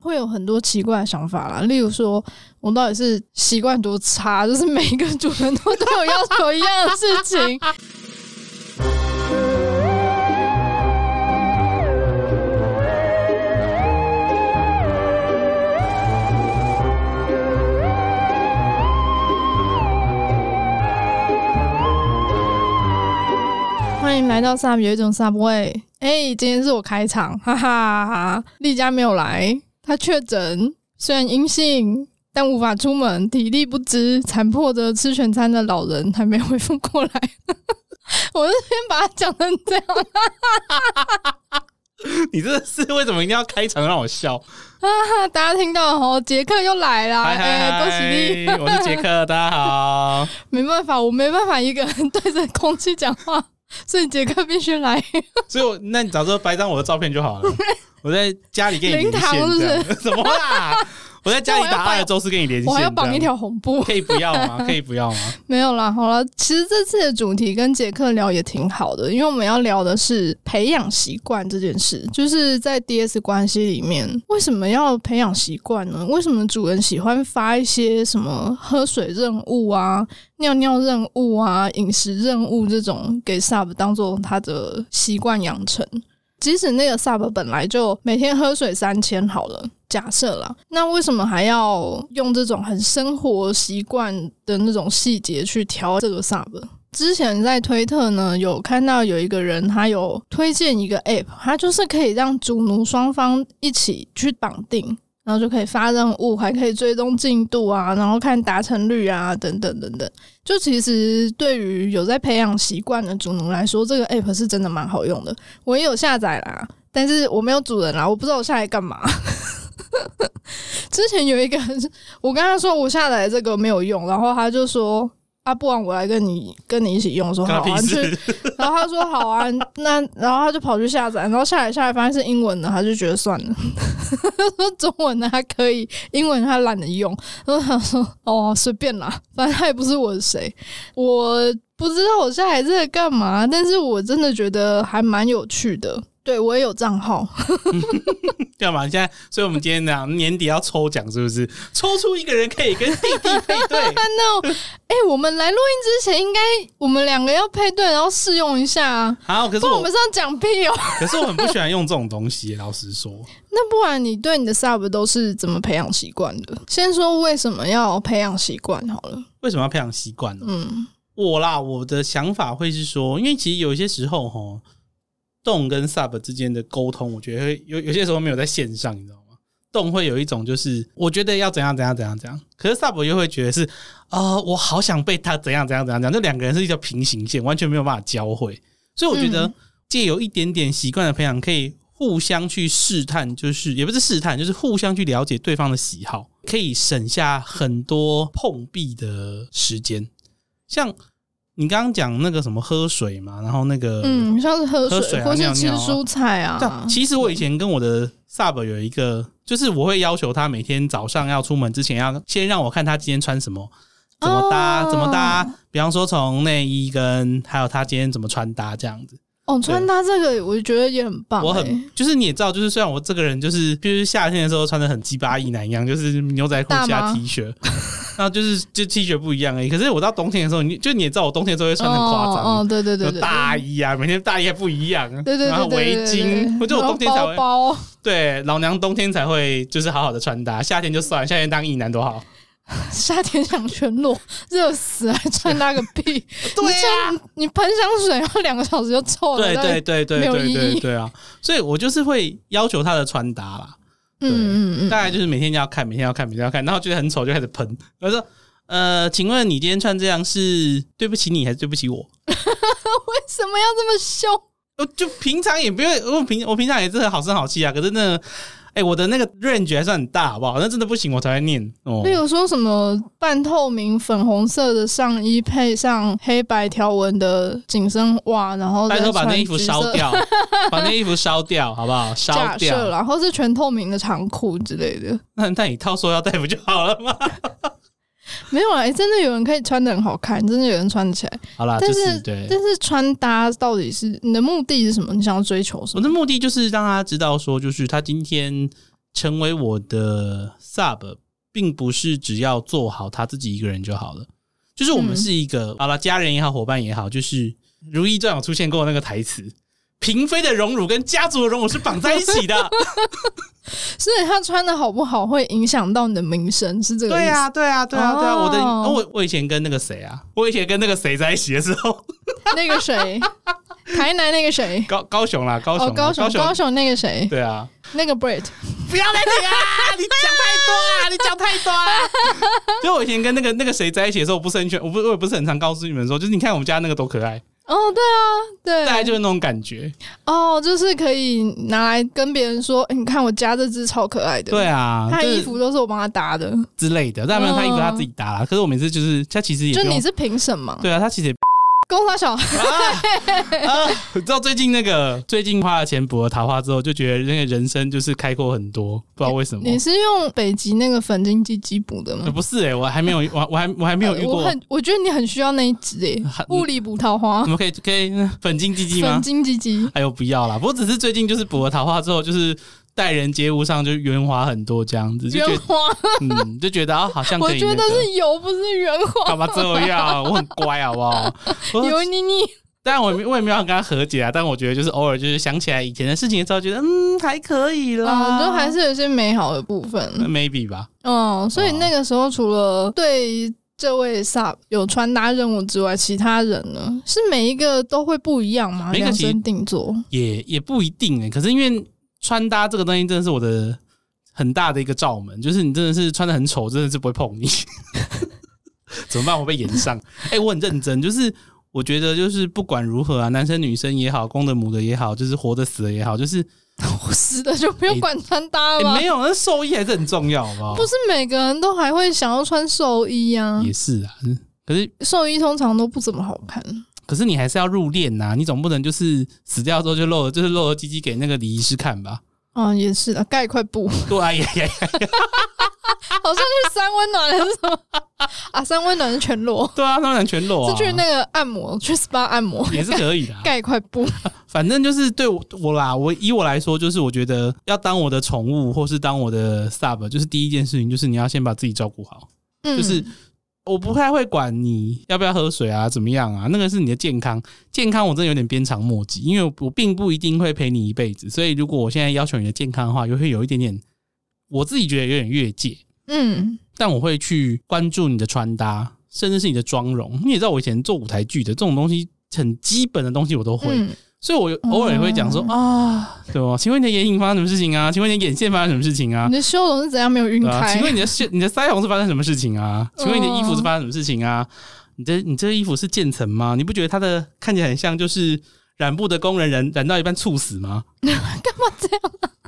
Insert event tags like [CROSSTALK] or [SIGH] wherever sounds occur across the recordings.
会有很多奇怪的想法啦。例如说，我到底是习惯多差，就是每一个主人都对我要求一样的事情。 [LAUGHS] 欢迎来到 Sub 有一种 Sub 味。哎、今天是我开场，哈哈哈哈。丽佳没有来，她确诊，虽然阴性，但无法出门，体力不支，残破着吃全餐的老人还没恢复过来。 [LAUGHS] 我这边把它讲成这样， [LAUGHS] 你真的是为什么一定要开场让我笑？那大家听到哦，杰克又来啦，嗨哎、嗨恭喜你！ [LAUGHS] 嗨，我是杰克，大家好。没办法，我没办法一个人对着空气讲话，所以杰克必须来。所以我，那你早知道白张我的照片就好 [LAUGHS] 了。我在家里跟你连灵堂线，是不是这样 [LAUGHS] 什么啦？我在 [LAUGHS] 家里打阿尔宙斯跟你连线，我还要绑一这样，条红 [LAUGHS] 布。可以不要 [LAUGHS] 吗？可以不要吗？没有啦，好了，其实这次的主题跟杰克聊也挺好的，因为我们要聊的是培养习惯这件事，就是在 DS 关系里面，为什么要培养习惯呢？为什么主人喜欢发一些什么喝水任务啊、尿尿任务啊、饮食任务这种给 Sub 当做他的习惯养成？即使那个 sub 本来就每天喝水三千好了，假设啦，那为什么还要用这种很生活习惯的那种细节去调这个 sub？之前在推特呢，有看到有一个人，他有推荐一个 app，它就是可以让主奴双方一起去绑定，然后就可以发任务，还可以追踪进度啊，然后看达成率啊，等等等等。就其实对于有在培养习惯的主奴来说，这个 app 是真的蛮好用的。我也有下载啦，但是我没有主人啦，我不知道我下来干嘛。 [LAUGHS] 之前有一个，我跟他说我下载这个没有用，然后他就说啊，不然我来跟你跟你一起用，我说好关我屁啊，你去事。 [LAUGHS] 然后他说好啊，那然后他就跑去下载，然后下载下来发现是英文的，他就觉得算了。他说中文的他可以，英文他懒得用。然后他说哦随便啦，反正他也不是我的谁，我不知道我下载这个干嘛，但是我真的觉得还蛮有趣的。对我也有账号， [LAUGHS] 干嘛？现在，所以我们今天呢，年底要抽奖，是不是？抽出一个人可以跟弟弟配对。 [LAUGHS] 那哎、我们来录音之前，应该我们两个要配对，然后试用一下啊。好，可是不然我我们，是要讲屁哦、可是我很不喜欢用这种东西。老实说，那不然你对你的 sub 都是怎么培养习惯的？先说为什么要培养习惯好了。为什么要培养习惯呢？嗯，我啦，我的想法会是说，因为其实有一些时候哈，动跟 sub 之间的沟通，我觉得会有有些时候没有在线上，你知道吗？动会有一种就是我觉得要怎样怎样怎样怎样，可是 sub 又会觉得是啊、呃我好想被他怎样怎样怎样怎样，就两个人是一条平行线，完全没有办法交汇。所以我觉得嗯借由一点点习惯的培养，可以互相去试探，就是也不是试探，就是互相去了解对方的喜好，可以省下很多碰壁的时间。像你刚刚讲那个什么喝水嘛，然后那个嗯，像是喝水呃喝水啊或是尿吃尿啊蔬菜啊但，其实我以前跟我的 sub 有一个，就是我会要求他每天早上要出门之前，要先让我看他今天穿什么，怎么搭，哦怎么搭。比方说从内衣跟还有他今天怎么穿搭这样子。哦，穿搭这个我觉得也很棒、欸，我很就是你也知道，就是虽然我这个人就是就是夏天的时候穿的很鸡巴一男一样，就是牛仔裤大加吗 T 恤， [LAUGHS] 然后就是就 T 恤不一样而已。可是我到冬天的时候，你就你也知道我冬天的时候会穿得很夸张。哦，哦对对对有对，大衣啊，每天大衣还不一样，对对对然后对对围对对巾，我觉得我冬天才然后会，包包对，老娘冬天才会就是好好的穿搭，夏天就算，了，夏天当一男多好。夏天想全裸，热死还穿搭个屁！ [LAUGHS] 对啊，你喷香水然后两个小时就臭了，对那对对对没有对意义对对啊，所以我就是会要求他的穿搭啦，嗯嗯嗯，大概就是每天要看，每天要看，每天要看，然后觉得很丑就开始喷，我说。呃，请问你今天穿这样是对不起你还是对不起我？为什么要这么凶？我就平常也不会，我平我平常也是很好声好气啊。可是那，哎、我的那个 range 还算很大，好不好？那真的不行，我才会念哦。例如说什么半透明粉红色的上衣配上黑白条纹的紧身袜，然后再拜托把哦穿那衣服橘色烧， [LAUGHS] 掉，把那衣服烧掉，好不好？烧假设掉。啦，或是全透明的长裤之类的。那那你套塑料袋不就好 [LAUGHS] 了吗？没有啦，啊诶真的有人可以穿的很好看，真的有人穿得起来。好啦，但啊就是是对。但是穿搭到底是你的目的是什么？你想要追求什我么？的目的就是让他知道说，就是他今天成为我的 sub，并不是只要做好他自己一个人就好了。就是我们嗯是一个、好了，家人也好，伙伴也好，就是《如懿传》有出现过那个台词：“嫔妃的荣辱跟家族的荣辱是绑在一 [LAUGHS] 起的。所以他穿的好不好会影响到你的名声，是”这个意思？对啊，对啊，对啊，对啊！我的，哦哦我我以前跟那个谁啊，我以前跟那个谁在一起的时候，那个谁，台南那个谁，高高雄啦，高哦，雄啦，高雄，雄，高雄那个谁，对啊，那个 Brit，不要再提啊！你讲太多啊！你讲太多啊！ [LAUGHS] 就我以前跟那个那个谁在一起的时候，我不是很喜欢，我不我也不是很常告诉你们说，就是你看我们家那个多可爱，哦，对啊，对，大概就是那种感觉。哦，就是可以拿来跟别人说，欸你看我家这只超可爱的，对，啊，他的就是衣服都是我帮他搭的，之类的，但没有他衣服他自己搭啦。可是我每次就是他其实也就不用你是凭什么？对啊，他其实也公他小孩，啊，你知道最近那个最近花了钱补了桃花之后，就觉得那个人生就是开阔很多，不知道为什么。你是用北极那个粉晶鸡鸡补的呃吗？哎不是哎、我还没有，我还我还我还没有遇我过。很，我觉得你很需要那一只诶、很物理补桃花我，们可以可以粉金鸡鸡吗粉？晶鸡鸡。哎呦，不要啦！不过只是最近就是补了桃花之后，就是待人接物上就圆滑很多这样子，就觉圆得花，嗯，就觉得啊，好像我可以、那觉个得是油，不是圆花，干嘛这样？我很乖好不 [LAUGHS] 好？油我腻腻。但我也没我也没有要跟他和解啊，但我觉得就是偶尔就是想起来以前的事情的时候，觉得嗯还可以嗯，啦，就还是有一些美好的部分。 maybe 吧。嗯，所以那个时候除了对这位 sub 有传达任务之外，其他人呢是每一个都会不一样吗？每一个量其实身定做。也也不一定哎、可是因为穿搭这个东西真的是我的很大的一个罩门，就是你真的是穿的很丑，真的是不会碰你。 [LAUGHS] 怎么办？我被延上。哎、我很认真，就是我觉得就是不管如何啊，男生女生也好，公的母的也好，就是活的死的也好，就是、我死的 [LAUGHS] 就不用管穿搭哎了吧？没有，那寿衣还是很重要，好不好？不是每个人都还会想要穿寿衣啊，也是啊。嗯可是 [LAUGHS] 寿衣通常都不怎么好看。可是你还是要入殓呐、你总不能就是死掉之后就露了，就是露了鸡鸡给那个礼仪师看吧？啊，也是的，盖一块布， [LAUGHS] 对啊，也也好像是三温暖还是什么 [LAUGHS] 啊？三温暖是全裸，对啊，当然全裸啊，是去那个按摩，去 SPA 按 [LAUGHS] 摩，也是可以的、啊。盖一块布。反正就是对我我啦，我以我来说，就是我觉得要当我的宠物或是当我的 sub，就是第一件事情就是你要先把自己照顾好。嗯，就是我不太会管你要不要喝水啊，怎么样啊，那个是你的健康，健康我真的有点鞭长莫及，因为我并不一定会陪你一辈子，所以如果我现在要求你的健康的话，又会有一点点，我自己觉得有点越界。嗯，但我会去关注你的穿搭，甚至是你的妆容。你也知道，我以前做舞台剧的这种东西，很基本的东西我都会。嗯所以我有偶尔也会讲说、啊，对哦，请问你的眼影发生什么事情啊？请问你的眼线发生什么事情啊你？的修容是怎样没有晕对啊，开请？问你 [LAUGHS] 的线、你的腮红是发生什么事情啊？请问你的衣服是哦发生什么事情啊？你这你这衣服是渐层吗？你不觉得它的看起来很像就是染布的工人染染到一半猝死吗？ [LAUGHS] 干嘛这样？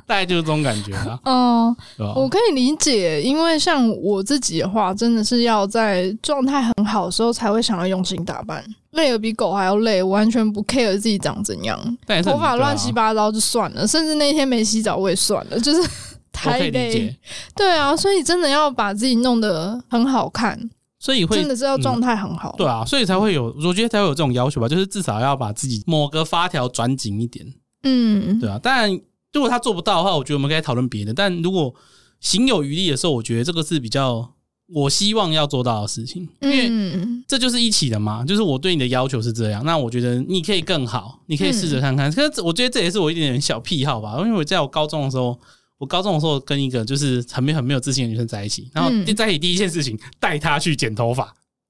大概就是这种感觉啊，哦、对吧？我可以理解，因为像我自己的话，真的是要在状态很好的时候才会想要用心打扮，累得比狗还要累，我完全不 care 自己长怎样，但也是很头发对啊乱七八糟就算了，甚至那天没洗澡我也算了，就是 [LAUGHS] 我可太以理累解。，对啊，所以真的要把自己弄得很好看，所以会嗯真的是要状态很好。对啊，所以才会有，我觉得才会有这种要求吧，就是至少要把自己某个发条转紧一点。嗯，对啊，当然，如果他做不到的话，我觉得我们可以讨论别的。但如果行有余力的时候，我觉得这个是比较我希望要做到的事情，因为嗯，这就是一起的嘛。就是我对你的要求是这样，那我觉得你可以更好，你可以嗯试着看看。可是我觉得这也是我一点点小癖好吧，因为我在我高中的时候。我高中的时候跟一个就是很没很没有自信的女生在一起，然后嗯在一起第一件事情带她去剪头发，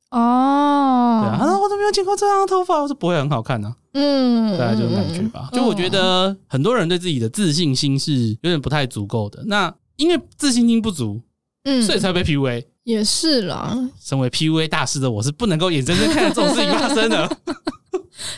哦，对啊，她说我都没有剪过这样的头发，我说不会很好看啊。嗯，大概这种感觉吧。就我觉得很多人对自己的自信心是有点不太足够的。那因为自信心不足，嗯，嗯，所以才被 PUA。也是啦，身为 PUA 大师的我是不能够眼睁睁看着这种事情发生 [LAUGHS] 的。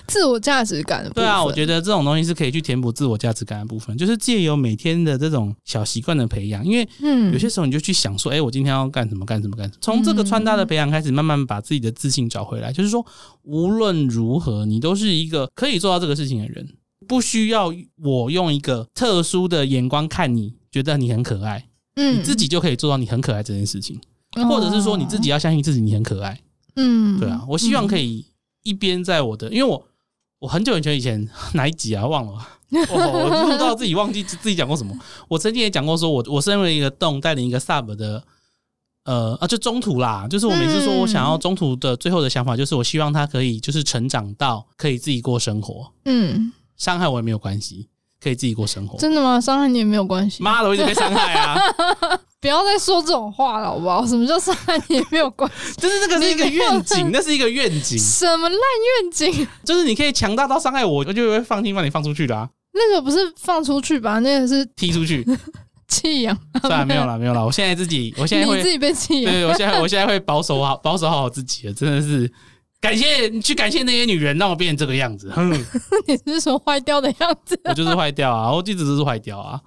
自我价值感的部分。对啊，我觉得这种东西是可以去填补自我价值感的部分，就是借由每天的这种小习惯的培养。因为嗯，嗯有些时候你就去想说，哎、我今天要干什么干什么干什么。从这个穿搭的培养开始，慢慢把自己的自信找回来。就是说，无论如何，你都是一个可以做到这个事情的人，不需要我用一个特殊的眼光看你，觉得你很可爱，嗯你自己就可以做到你很可爱这件事情，或者是说你自，己要相信自己你很可爱。哦嗯，对啊，我希望可以一边在我的，因为我我很久很久以前 [LAUGHS] 哪一集啊 [LAUGHS] 忘了，哦我录到自己忘记 [LAUGHS] 自自己讲过什么。我曾经也讲过，说我我身为一个洞带领一个 sub 的，呃啊，就中途啦，就是我每次嗯说我想要中途的最后的想法，就是我希望他可以就是成长到可以自己过生活，嗯，伤害我也没有关系，可以自己过生活。真的吗？伤害你也没有关系，妈的，我一直被伤害 [LAUGHS] 啊！不要再说这种话了，好不好？什么叫伤害你也没有关 [LAUGHS] 系？就是那个是一个愿景，那是一个愿景，什么烂愿景？就是你可以强大到伤害我，我就会放心把你放出去的啊，那个不是放出去吧？那个是踢出去。弃养， [LAUGHS] 算了，没 [LAUGHS] 有了，没有了。我现在自己，我现在你会自己啊被弃养。对，我现在我现在会保守好 [LAUGHS] 保守好我自己了，真的是感谢去感谢那些女人，让我变成这个样子。哼，你是说坏掉的样子？我就是坏掉啊，我 [LAUGHS] 一直都是坏掉啊。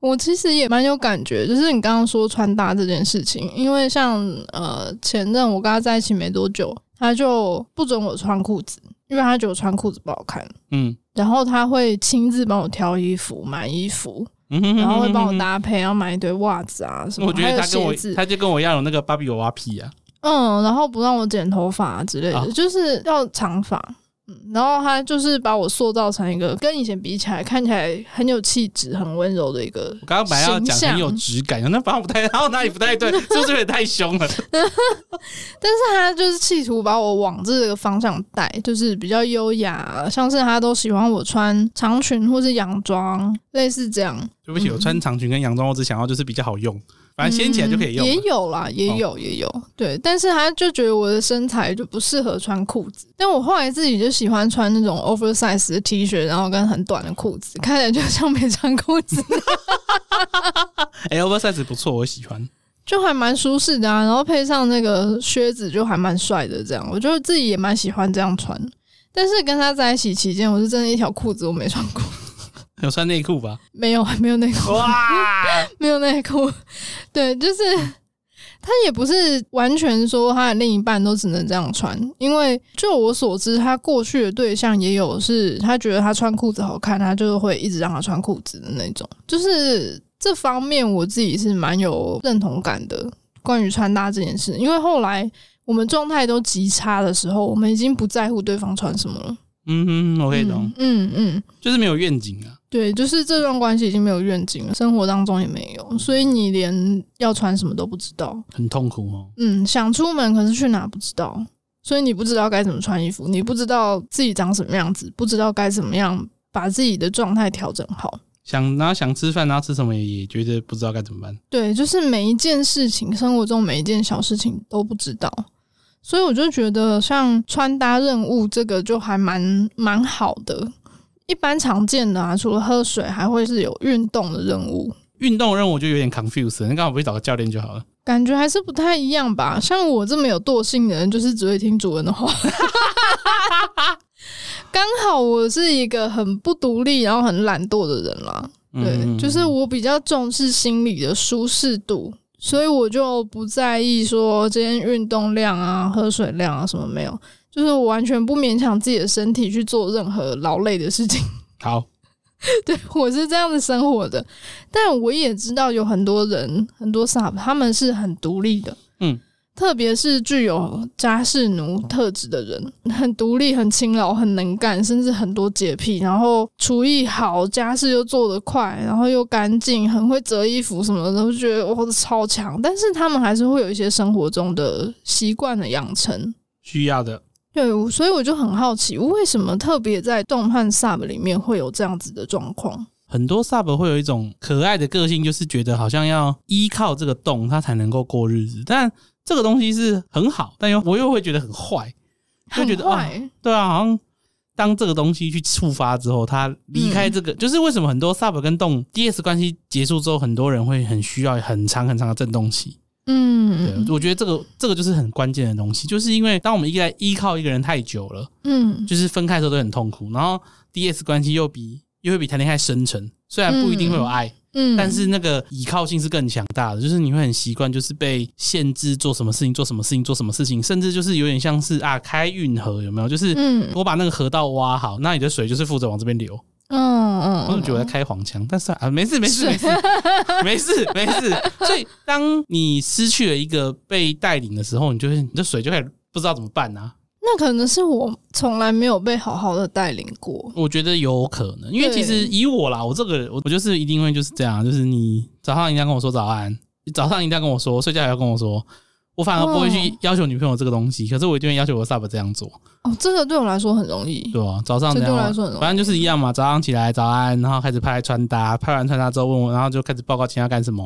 我其实也蛮有感觉，就是你刚刚说穿搭这件事情，因为像呃前任我跟他在一起没多久，他就不准我穿裤子，因为他觉得我穿裤子不好看。嗯然后他会亲自帮我挑衣服、买衣服，嗯哼，然后会帮我。搭配，然后买一堆袜子啊什么，我觉得他还跟有我鞋子，他就跟我一样有那个芭比娃娃屁啊。嗯，然后不让我剪头发之类的，啊就是要长发。嗯，然后他就是把我塑造成一个跟以前比起来看起来很有气质、很温柔的一个我刚刚本来要讲形象很有质感，那反正不太，然后哪里不 [LAUGHS] 太对，是不是有点太凶了？他就是企图把我往这个方向带，就是比较优雅，啊像是他都喜欢我穿长裙或是洋装，类似这样。对不起，我穿长裙跟洋装，我只想要就是比较好用，反正掀起来就可以嗯用了。哦也有啦，也有、也有，对。但是他就觉得我的身材就不适合穿裤子，但我后来自己就喜欢穿那种 oversize 的 T 恤，然后跟很短的裤子，看起来就像没穿裤子， [LAUGHS] 哎，oversize 不错，我喜欢。就还蛮舒适的啊。然后配上那个靴子，就还蛮帅的。这样，我觉得自己也蛮喜欢这样穿。但是跟他在一起期间，我是真的一条裤子我没穿过。有穿内裤吧？没有，没有内裤，哇，没有内裤。 [LAUGHS] 对，就是他也不是完全说他的另一半都只能这样穿，因为就我所知，他过去的对象也有是他觉得他穿裤子好看，他就会一直让他穿裤子的那种。就是这方面我自己是蛮有认同感的，关于穿搭这件事，因为后来。我们状态都极差的时候，我们已经不在乎对方穿什么了。嗯哼，我可以懂，嗯嗯嗯，就是没有愿景啊。对，就是这段关系已经没有愿景了，生活当中也没有，所以你连要穿什么都不知道。很痛苦哦。嗯，想出门可是去哪不知道，所以你不知道该怎么穿衣服，你不知道自己长什么样子，不知道该怎么样把自己的状态调整好。想然后想吃饭，然后吃什么也也觉得不知道该怎么办。对，就是每一件事情，生活中每一件小事情都不知道，所以我就觉得像穿搭任务这个就还蛮蛮好的。一般常见的啊，除了喝水，还会是有运动的任务。运动任务我就有点 confused，了那刚好不去找个教练就好了。感觉还是不太一样吧。像我这么有惰性的人，就是只会听主人的 [LAUGHS] 话。刚好我是一个很不独立，然后很懒惰的人啦。对，嗯就是我比较重视心理的舒适度，所以我就不在意说今天运动量啊、喝水量啊什么没有，就是我完全不勉强自己的身体去做任何劳累的事情。好，对， [LAUGHS] 我是这样子生活的，但我也知道有很多人，很多 sub 他们是很独立的，嗯，特别是具有家事奴特质的人，很独立、很勤劳、很能干，甚至很多洁癖，然后厨艺好，家事又做得快，然后又干净，很会折衣服什么的，我就觉得哇超强。但是他们还是会有一些生活中的习惯的养成，需要的。对，我所以我就很好奇，为什么特别在动漫 sub 里面会有这样子的状况？很多 sub 会有一种可爱的个性，就是觉得好像要依靠这个洞，他才能够过日子。但这个东西是很好，但又我又会觉得很坏，就觉得很坏对啊，好像当这个东西去触发之后，他离开这个，嗯就是为什么很多 sub 跟洞 DS 关系结束之后，很多人会很需要很长很长的震动期。嗯对，啊我觉得这个这个就是很关键的东西，就是因为当我们依赖依靠一个人太久了，嗯就是分开的时候都很痛苦，然后 DS 关系又比约会比谈恋爱深沉，虽然不一定会有爱，嗯，但是那个依靠性是更强大的，就是你会很习惯，就是被限制做什么事情，做什么事情，做什么事情，甚至就是有点像是啊开运河有没有？就是嗯我把那个河道挖好，那你的水就是负责往这边流。嗯嗯，我就觉得我在开黄腔，但是啊，没事没事没事 [LAUGHS] 没事没事。所以当你失去了一个被带领的时候，你就会你的水就开始不知道怎么办啊。那可能是我从来没有被好好的带领过。我觉得有可能，因为对其实以我啦，我这个人我我就是一定会就是这样，就是你早上一定要跟我说早安，早上一定要跟我说，睡觉也要跟我说。我反而不会去哦要求女朋友这个东西，可是我一定会要求我的 sub 这样做，哦，这个对我来说很容易。对吧、早上这这对样我啊来，说很容易反正就是一样嘛。早上起来早安，然后开始拍穿搭，拍完穿搭之后问我，然后就开始报告今天要干什么，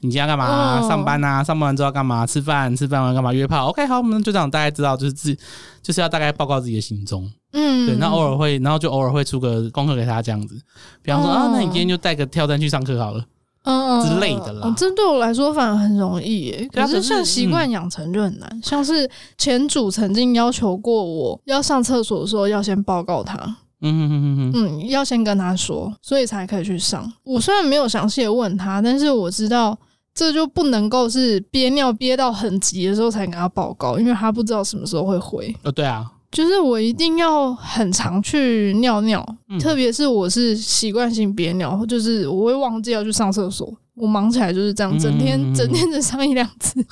你今天要干嘛、哦上班啊，上班完之后要干嘛？吃饭，吃饭完干嘛？约炮？OK，好，我们就这样，大概知道就是自就是要大概报告自己的行踪。嗯，对，那偶尔会，然后就偶尔会出个功课给他这样子，比方说、哦啊，那你今天就带个跳蛋去上课好了。嗯之类的啦哦这对我来说反而很容易耶。对啊可可是是像习惯养成就很难，像是前主曾经要求过我要上厕所的时候要先报告他，嗯哼哼哼哼，嗯，要先跟他说，所以才可以去上。我虽然没有详细的问他，但是我知道。这就不能够是憋尿憋到很急的时候才跟他报告，因为他不知道什么时候会回。哦，对啊，就是我一定要很常去尿尿，嗯特别是我是习惯性憋尿，就是我会忘记要去上厕所，我忙起来就是这样，嗯整天、嗯嗯嗯整天只上一两次，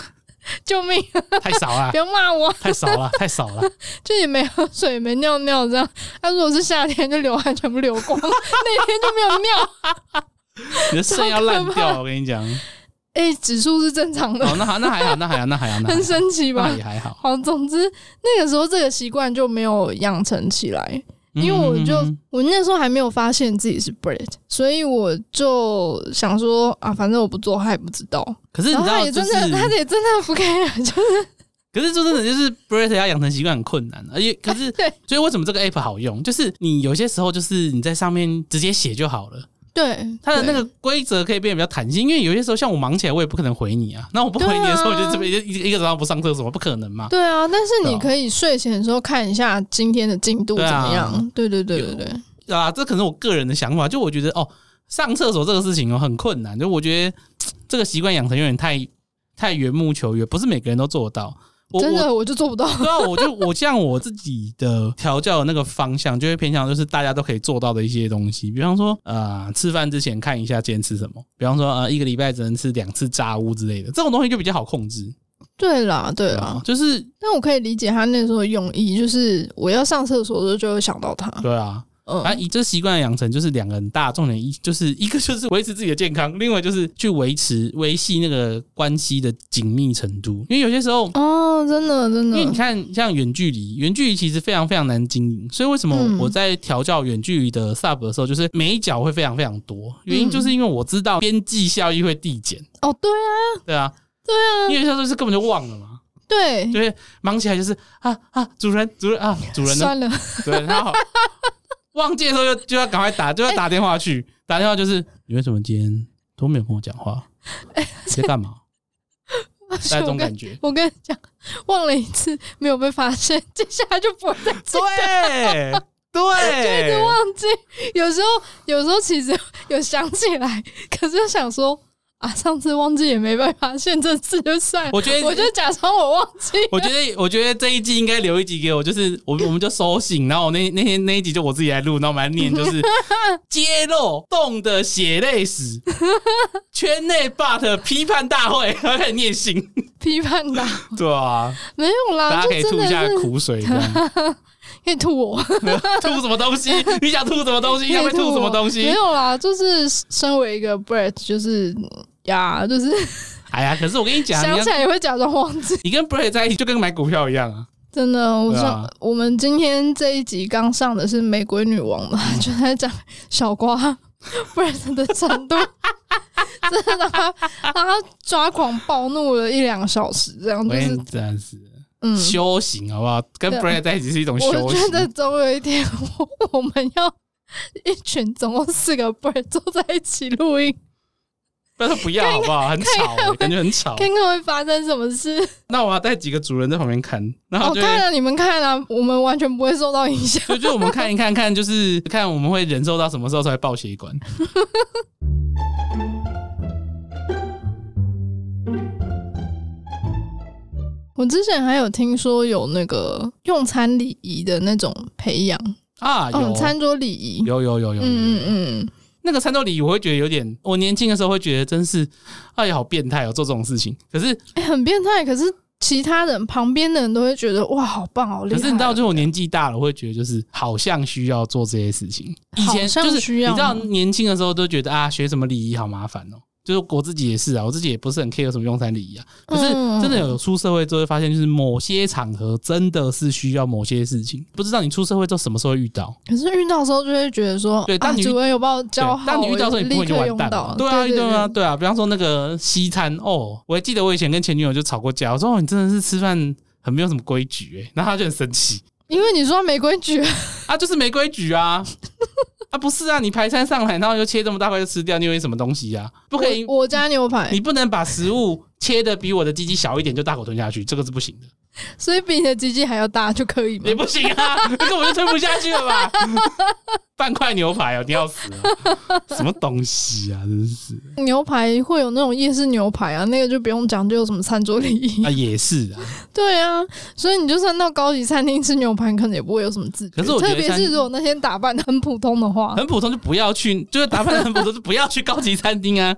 救命！啊太少 [LAUGHS] 了不，要骂我，太少了，太少了。就也没喝水，也没尿尿这样。那、如果是夏天，就流汗全部流光， [LAUGHS] 那天就没有尿。你的肾要烂掉了，我跟你讲。哎、指数是正常的，哦，那哎还那还好，那还好，那还好，那还 [LAUGHS] 很好，神奇吧那？也还好，好，总之那个时候这个习惯就没有养成起来，因为我就、嗯我那时候还没有发现自己是 Brit，所以我就想说啊，反正我不做他也不知道。可是你然知后他道，也就真是的，他也真的不 care，就是 [LAUGHS] 可是说真的，就是 Brett 要养成习惯很困难，而且可是对，所以为什么这个 app 好用，就是你有些时候就是你在上面直接写就好了，对它的那对个规则可以变得比较弹性，因为有些时候像我忙起来，我也不可能回你啊。那我不回你的时候，我对啊就这边一一个早上不上厕所，不可能嘛。对啊，但是对你啊可以睡前的时候看一下今天的进度对怎啊么样。对对对对对，啊，这可能我个人的想法，就我觉得哦，上厕所这个事情哦很困难，就我觉得嘖这个习惯养成有点太太缘木求鱼，不是每个人都做得到。我真我的我就做不到。 [LAUGHS] 对啊，我就我像我自己的调教的那个方向，就会偏向就是大家都可以做到的一些东西，比方说呃，吃饭之前看一下今天吃什么，比方说呃，一个礼拜只能吃两次炸物之类的，这种东西就比较好控制。啊对啦，对啊啦，就是但我可以理解他那时候的用意，就是我要上厕所的时候就会想到他。对啊，嗯，啊，以这习惯的养成，就是两个很大的重点，一就是一个就是维持自己的健康，另外就是去维持维系那个关系的紧密程度，因为有些时候。哦，真的真因的，为你看，像远距离，远距离其实非常非常难经营，所以为什么嗯我在调教远距离的 sub 的时候，就是每一脚会非常非常多，原因就是因为我知道边际效益会递减，哦，对啊，对啊，对啊，因为他就是根本就忘了嘛，对，就是忙起来就是啊啊，主人主 [LAUGHS] 人啊，主人呢？算了，对，然后 [LAUGHS] 忘记的时候就就要赶快哎打，就要打电话去、打电话，就是你为什么今天都没有跟我讲 [LAUGHS] 话？你在干嘛？那我种跟。感觉我跟你讲，忘了一次没有被发现，接下来就不会再做。对 [LAUGHS] 对，忘记，有时候有时候其实有想起来，可是想说啊，上次忘记也没被发现，这次就算了，我觉得我就假装我忘记。我觉得，我觉得这一季应该留一集给我，就是我我们就收信，然后我那那天那一集就我自己来录，然后我们来念，就是 [LAUGHS] 揭露冻的血泪史， [LAUGHS] 圈内 but 批判大会，然后开始 [LAUGHS] 念信，批判他 [LAUGHS] 对啊，没有啦，大家就可以真吐一的下是苦水，这样 [LAUGHS] 可以吐我，吐什么东西？你想吐什么东西？可要以被吐什么我东西没？有啦，就是身为一个 Brett，就是呀，就是哎呀，可是我跟你讲，你想要起来也会假装忘记。你跟 Bray 在一起就跟买股票一样啊。真的，我对啊上、我们今天这一集刚上的是《玫瑰女王》嘛，嗯就在讲小瓜 [LAUGHS] Brett 的程度， [LAUGHS] 真的让他让他抓狂暴怒了一两个小时，这样我就跟是你讲是嗯，修行好不好？跟对啊 Bray 在一起是一种修我觉得行。总有一天我我们要一群总共四个 Brett 坐在一起录音，不要说不要好不 [LAUGHS] 好？很吵欸，感觉很吵。看看会发生什么事。那我要带几个主人在旁边看，然我、后哦、就会看了你们看了、我们完全不会受到影响。 [LAUGHS] 就就我们看一看看，就是看我们会忍受到什么时候才会爆血管。我之前还有听说有那个用餐礼仪的那种培养，啊，有、嗯，餐桌礼仪，有有有有，嗯嗯嗯，那个餐桌礼仪我会觉得有点，我年轻的时候会觉得真是，哎呀好变态哦，做这种事情。可是哎、很变态，可是。其他人旁边的人都会觉得哇，好棒，好厉可害！是你知道，就我年纪大了，我会觉得就是好像需要做这些事情。以前好像就是需要你知道年轻的时候都觉得啊，学什么礼仪好麻烦哦。就是我自己也是啊，我自己也不是很 care 什么用餐礼仪啊。可是嗯真的有出社会之后，会发现就是某些场合真的是需要某些事情，不知道你出社会之后什么时候会遇到。可是遇到的时候就会觉得说，对当啊你遇主任有把我教好，对当你遇到的时候，我你不会立就刻完用蛋到了。，对啊，对对啊，对啊。比方说那个西餐，哦，我还记得我以前跟前女友就吵过架，我说哦，你真的是吃饭很没有什么规矩、欸，然 [LAUGHS] 后她就很生气，因为你说没规矩，啊，就是没规矩啊，啊不是啊，你排餐上来，然后就切这么大块就吃掉，你以为什么东西啊？不可以，我欸我家牛排你，不能把食物切的比我的鸡鸡小一点就大口吞下去，这个是不行的，所以比你的鸡鸡还要大就可 [LAUGHS] 以吗也？不行啊，这个我就吞不下去了吧？半块牛排哦，你要死啊！什么东西啊，真是牛排会有那种夜市牛排啊，那个就不用讲究什么餐桌礼仪。啊，也是啊。 [LAUGHS] 对啊，所以你就算到高级餐厅吃牛排，可能也不会有什么自觉。可是我觉得特别餐是如果那些打扮得很普通的话，很普通就不要去，就是打扮得很普通就不要去高级餐厅啊！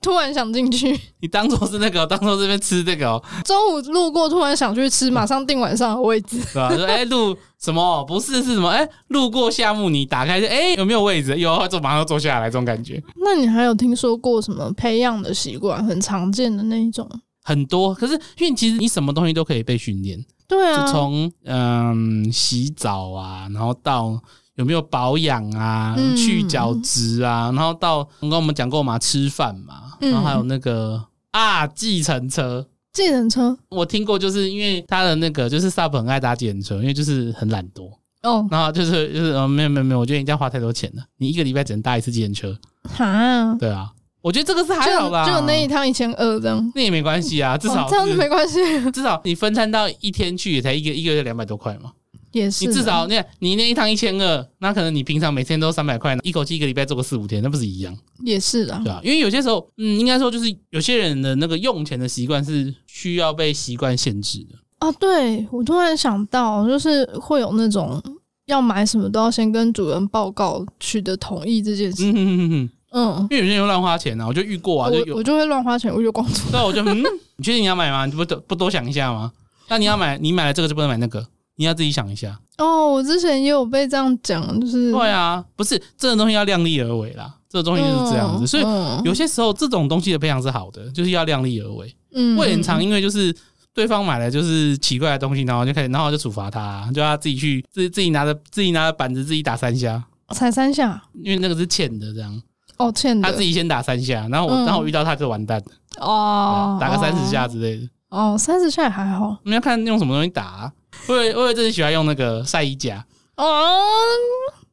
突然想进去， [LAUGHS] 你当做是那个哦，当做这边吃这个哦，中午路过突然想去吃，马上订晚上的位置。是吧？说哎路什么不是是什么哎路过夏目你打开就哎有没有位置？有，就马上就坐下来，这种感觉 [LAUGHS] 那你还有听说过什么培养的习惯，很常见的那一种？很多。可是因为其实你什么东西都可以被训练，对就啊，从嗯洗澡啊，然后到有没有保养啊，嗯去角质啊，然后到刚刚我们讲过嘛，吃饭嘛，嗯然后还有那个啊计程车。计程车我听过，就是因为他的那个，就是 Sub 很爱搭计程车，因为就是很懒惰，哦，然后就是就是呃，没有没有没有，我觉得你这样花太多钱了，你一个礼拜只能搭一次计程车，哈，对啊，我觉得这个是还就好啦，就那一趟一千二这样，那也没关系啊，至少哦、是、这样子没关系， [LAUGHS] 至少你分摊到一天去也才一个一个月两百多块嘛，也是你啊。至少那你那一趟一千二，那可能你平常每天都三百块，一口气一个礼拜做个四五天，那不是一样？也是啦对，啊，因为有些时候，嗯，应该说就是有些人的那个用钱的习惯是需要被习惯限制的。啊，对我突然想到，就是会有那种要买什么都要先跟主人报告取得同意这件事。嗯哼哼哼哼。嗯，因为有些人会乱花钱啊，我就遇过啊，就我有我，就会乱花钱，我就光出。对啊，我就嗯， [LAUGHS] 你确定你要买吗？你不多不多想一下吗？那你要买，你买了这个就不能买那个，你要自己想一下。哦，我之前也有被这样讲，就是对啊，不是这种东西要量力而为啦，这种东西哦就是这样子，嗯所以嗯有些时候这种东西的培养是好的，就是要量力而为。嗯我也很常因为就是。对方买了就是奇怪的东西，然后就开始，然后就处罚他，就要自己去自自己拿着自己拿着板子自己打三下，嗯才三下，因为那个是欠的，这样哦，欠他自的己先打三下，然后我、嗯然后我遇到他就完蛋了，哦，打个三十下之类的。哦，三十下也还好我们要看用什么东西打、啊。我以为我以为真的喜欢用那个晒衣夹，哦，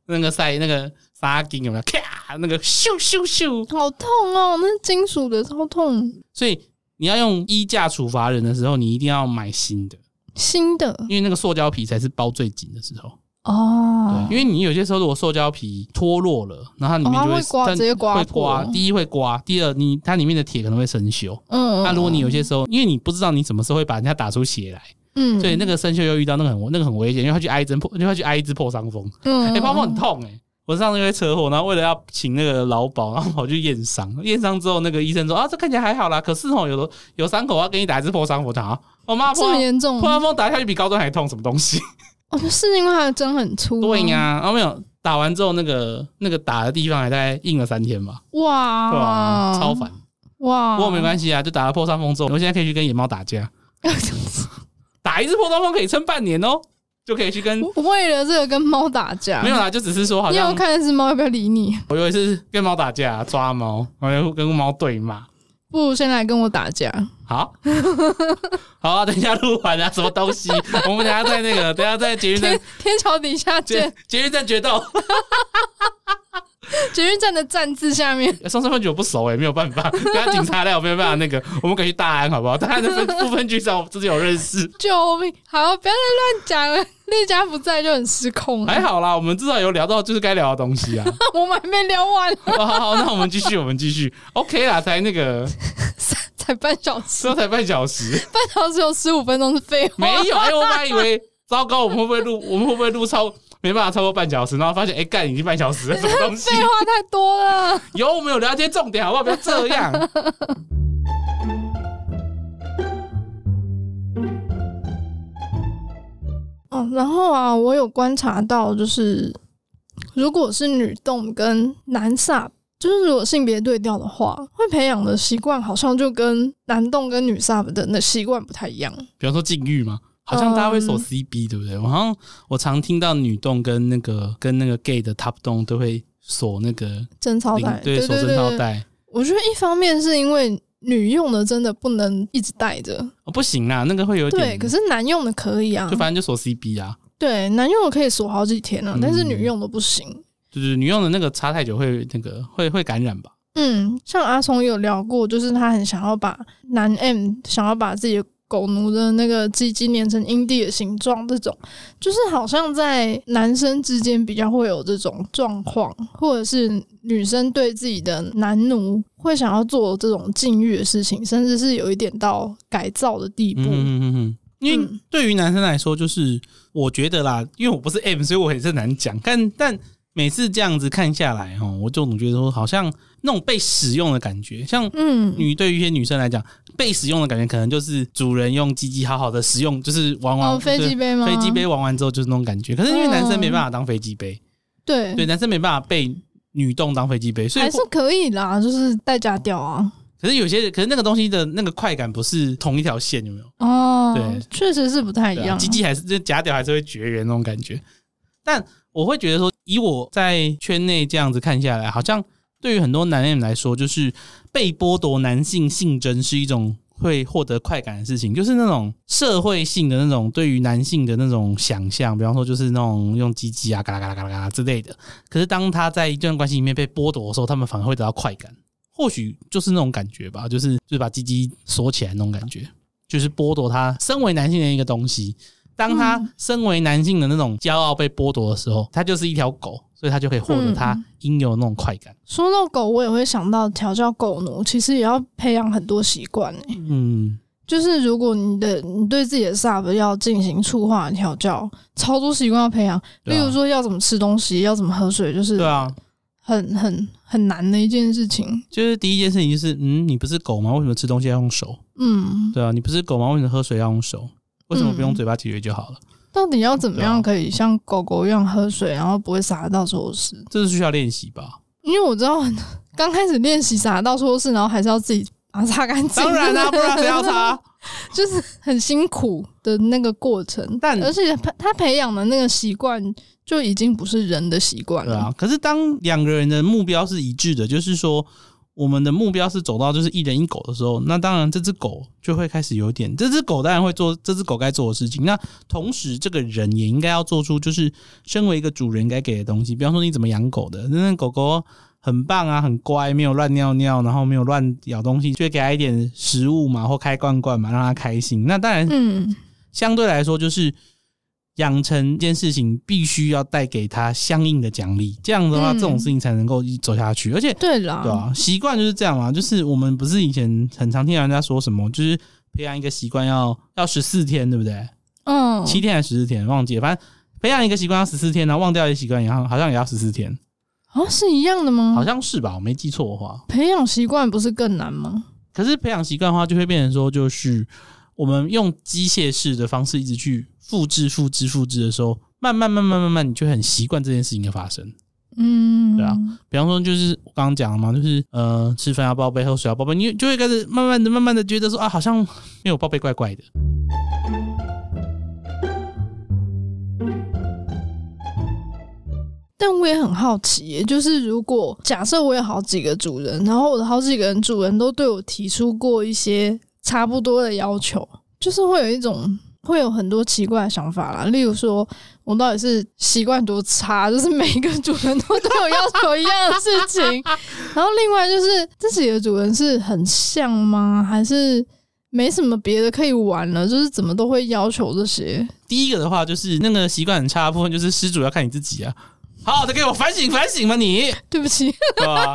那个晒那个纱巾有没有？咔，那个咻咻咻。好痛哦，那金属的超痛，所以你要用衣架处罚人的时候，你一定要买新的，新的因为那个塑胶皮才是包最紧的时候。哦对，因，为你有些时候如果塑胶皮脱落了，然后它里哦，面它就会刮，它直接刮会破刮。第一会刮，第二你它里面的铁可能会生锈。啊嗯，那如果你有些时候，因为你不知道你什么时候会把人家打出血来，嗯，所以那个生锈又遇到那个很那个很危险，因为它去挨一针破，因为它去挨一只破伤风。嗯，哎、欸，泡泡很痛哎、我上次因为车祸，然后为了要请那个劳保，然后跑去验伤。验伤之后，那个医生说啊，这看起来还好啦，可是哦，有的有伤口要给你打一支破伤风糖。我妈嗯这破么严重破，伤风打下去比高端还痛，什么东西？哦，就是因为它的针很粗。哦对呀、，然后没有打完之后，那个那个打的地方还大概硬了三天吧，哦对吧、哇，超烦。哇！不过没关系啊，就打了破伤风之后，我现在可以去跟野猫打架，打一次破伤风可以撑半年哦，就可以去跟。我 [LAUGHS] 为了这个跟猫打架，没有啦，就只是说好你像有看那只猫要不要理你？我有一次跟猫打架，抓猫，然后跟猫对骂。不如先来跟我打架。好， [LAUGHS] 好啊，等一下录完啊，什么 [LAUGHS] 东西？我们等一下在那个，等一下在捷运站天天桥底下捷见，捷运站决斗，决捷运站的站字下面，松山分局我不熟哎、没有办法，等下警察来我没有办法那个，我们可以去大安好不好？大安的分 [LAUGHS] 副分局长我自己有认识，救命！好，不要再乱讲了，那家不在就很失控了。还好啦，我们至少有聊到就是该聊的 [LAUGHS] 东西啊。哦我们还没聊完，好好好，那我们继续，我们继续，OK 啦，才那个， [LAUGHS] 才半小时，这才半小时，半小时有十五分钟是废话。没有哎、我本来以为糟糕，我们会不 [LAUGHS] 会录，我们会不会录超没办法超过半小时，然后发现哎干、已经半小 [LAUGHS] 时了，什么东西废？话太多了。有我们有聊天重点好不好？不要这 [LAUGHS] 样。嗯哦，然后啊，我有观察到，就是如果是女动跟男萨，就是如果性别对调的话，会培养的习惯好像就跟男动跟女萨的那习惯不太一样。比方说禁欲嘛，好像大家会守嗯 CB，、对不对？我好像我常听到女动跟那个跟那个 gay 的 top 动都会锁那个贞操领带，对对锁对贞操对，带。我觉得一方面是因为女用的真的不能一直戴着，哦，不行啦，那个会有点，对，可是男用的可以啊就，反正就锁 CB 啊，对，男用的可以锁好几天啊，嗯但是女用的不行。就是女用的那个插太久会那个会会感染吧。嗯，像阿松有聊过，就是他很想要把男 M 想要把自己的狗奴的那个鸡鸡捏成阴蒂的形状，这种就是好像在男生之间比较会有这种状况，或者是女生对自己的男奴会想要做这种禁欲的事情，甚至是有一点到改造的地步。嗯嗯嗯嗯。因为嗯对于男生来说，就是我觉得啦，因为我不是 M，所以我也是难讲。但但每次这样子看下来，哦，我就总觉得说，好像那种被使用的感觉，像嗯，女对于一些女生来讲，被使用的感觉可能就是主人用鸡鸡好好的使用，就是玩玩、哦，飞机杯吗？对飞机杯玩完之后就是那种感觉。可是因为嗯男生没办法当飞机杯，对对，男生没办法被女动当飞机杯，所嗯以还是可以啦，就是代价掉啊。可是有些可是那个东西的那个快感不是同一条线，有没有？哦，对，确实是不太一对啊样。鸡鸡还是就假屌还是会绝缘那种感觉。但我会觉得说，以我在圈内这样子看下来，好像对于很多男人来说，就是被剥夺男性性征是一种会获得快感的事情，就是那种社会性的那种对于男性的那种想象，比方说就是那种用鸡鸡啊、嘎啦嘎啦嘎啦嘎啦之类的。可是当他在一段关系里面被剥夺的时候，他们反而会得到快感。或许就是那种感觉吧，就是就是把鸡鸡锁起来那种感觉，就是剥夺他身为男性的一个东西。当他嗯身为男性的那种骄傲被剥夺的时候，他就是一条狗，所以他就可以获得他嗯应有的那种快感。说到狗，我也会想到调教狗奴，其实也要培养很多习惯、欸、嗯，就是如果你的你对自己的 sub 要进行触化调教，超多习惯要培养，对啊例如说要怎么吃东西，要怎么喝水，就是对啊，很很很难的一件事情。就是第一件事情就是，嗯，你不是狗吗？为什么吃东西要用手？嗯，对啊，你不是狗吗？为什么喝水要用手？为什么不用嘴巴解决就好了？到底要怎么对啊样可以像狗狗一样喝水，然后不会洒到处都是？这是需要练习吧？因为我知道 [LAUGHS] 刚开始练习洒到处都是，然后还是要自己把它擦干净。当然啦、不然谁要擦？就是 [LAUGHS] 很辛苦的那个过程，但而且他他培养的那个习惯就已经不是人的习惯对了。啊，可是当两个人的目标是一致的，就是说我们的目标是走到就是一人一狗的时候，那当然这只狗就会开始有点，这只狗当然会做这只狗该做的事情。那同时，这个人也应该要做出就是身为一个主人该给的东西，比方说你怎么养狗的，那狗狗。很棒啊，很乖，没有乱尿尿，然后没有乱咬东西，就会给它一点食物嘛，或开罐罐嘛，让它开心。那当然，嗯，相对来说，就是养成一件事情必须要带给他相应的奖励，这样的话，嗯哦这种事情才能够一直走下去。而且，对啦，对啊，习惯就是这样嘛，就是我们不是以前很常听到人家说什么，就是培养一个习惯要要十四天，对不对？嗯，七天还是十四天，忘记了，反正。培养一个习惯要十四天，然后忘掉一个习惯，然后好像也要十四天，好像啊是一样的吗？好像是吧？我没记错的话。培养习惯不是更难吗？可是培养习惯的话，就会变成说，就是我们用机械式的方式一直去复制、复制、复制的时候，慢慢、慢慢、慢慢，你就会很习惯这件事情的发生。嗯，对啊，比方说，就是我刚刚讲了嘛，就是呃，吃饭要报备，喝水要报备，你就会开始慢慢的、慢慢的觉得说啊，好像没有报备怪怪的。但我也很好奇耶，就是如果假设我有好几个主人，然后我的好几个人主人都对我提出过一些差不多的要求，就是会有一种会有很多奇怪的想法啦。例如说，我到底是习惯多差，就是每一个主人都对我要求一样的事情。然后另外就是自己的主人是很像吗？还是没什么别的可以玩了？就是怎么都会要求这些。第一个的话就是那个习惯很差的部分，就是失主要看你自己啊。好好的给我反省反省吧你，对不起， [LAUGHS] 对吧？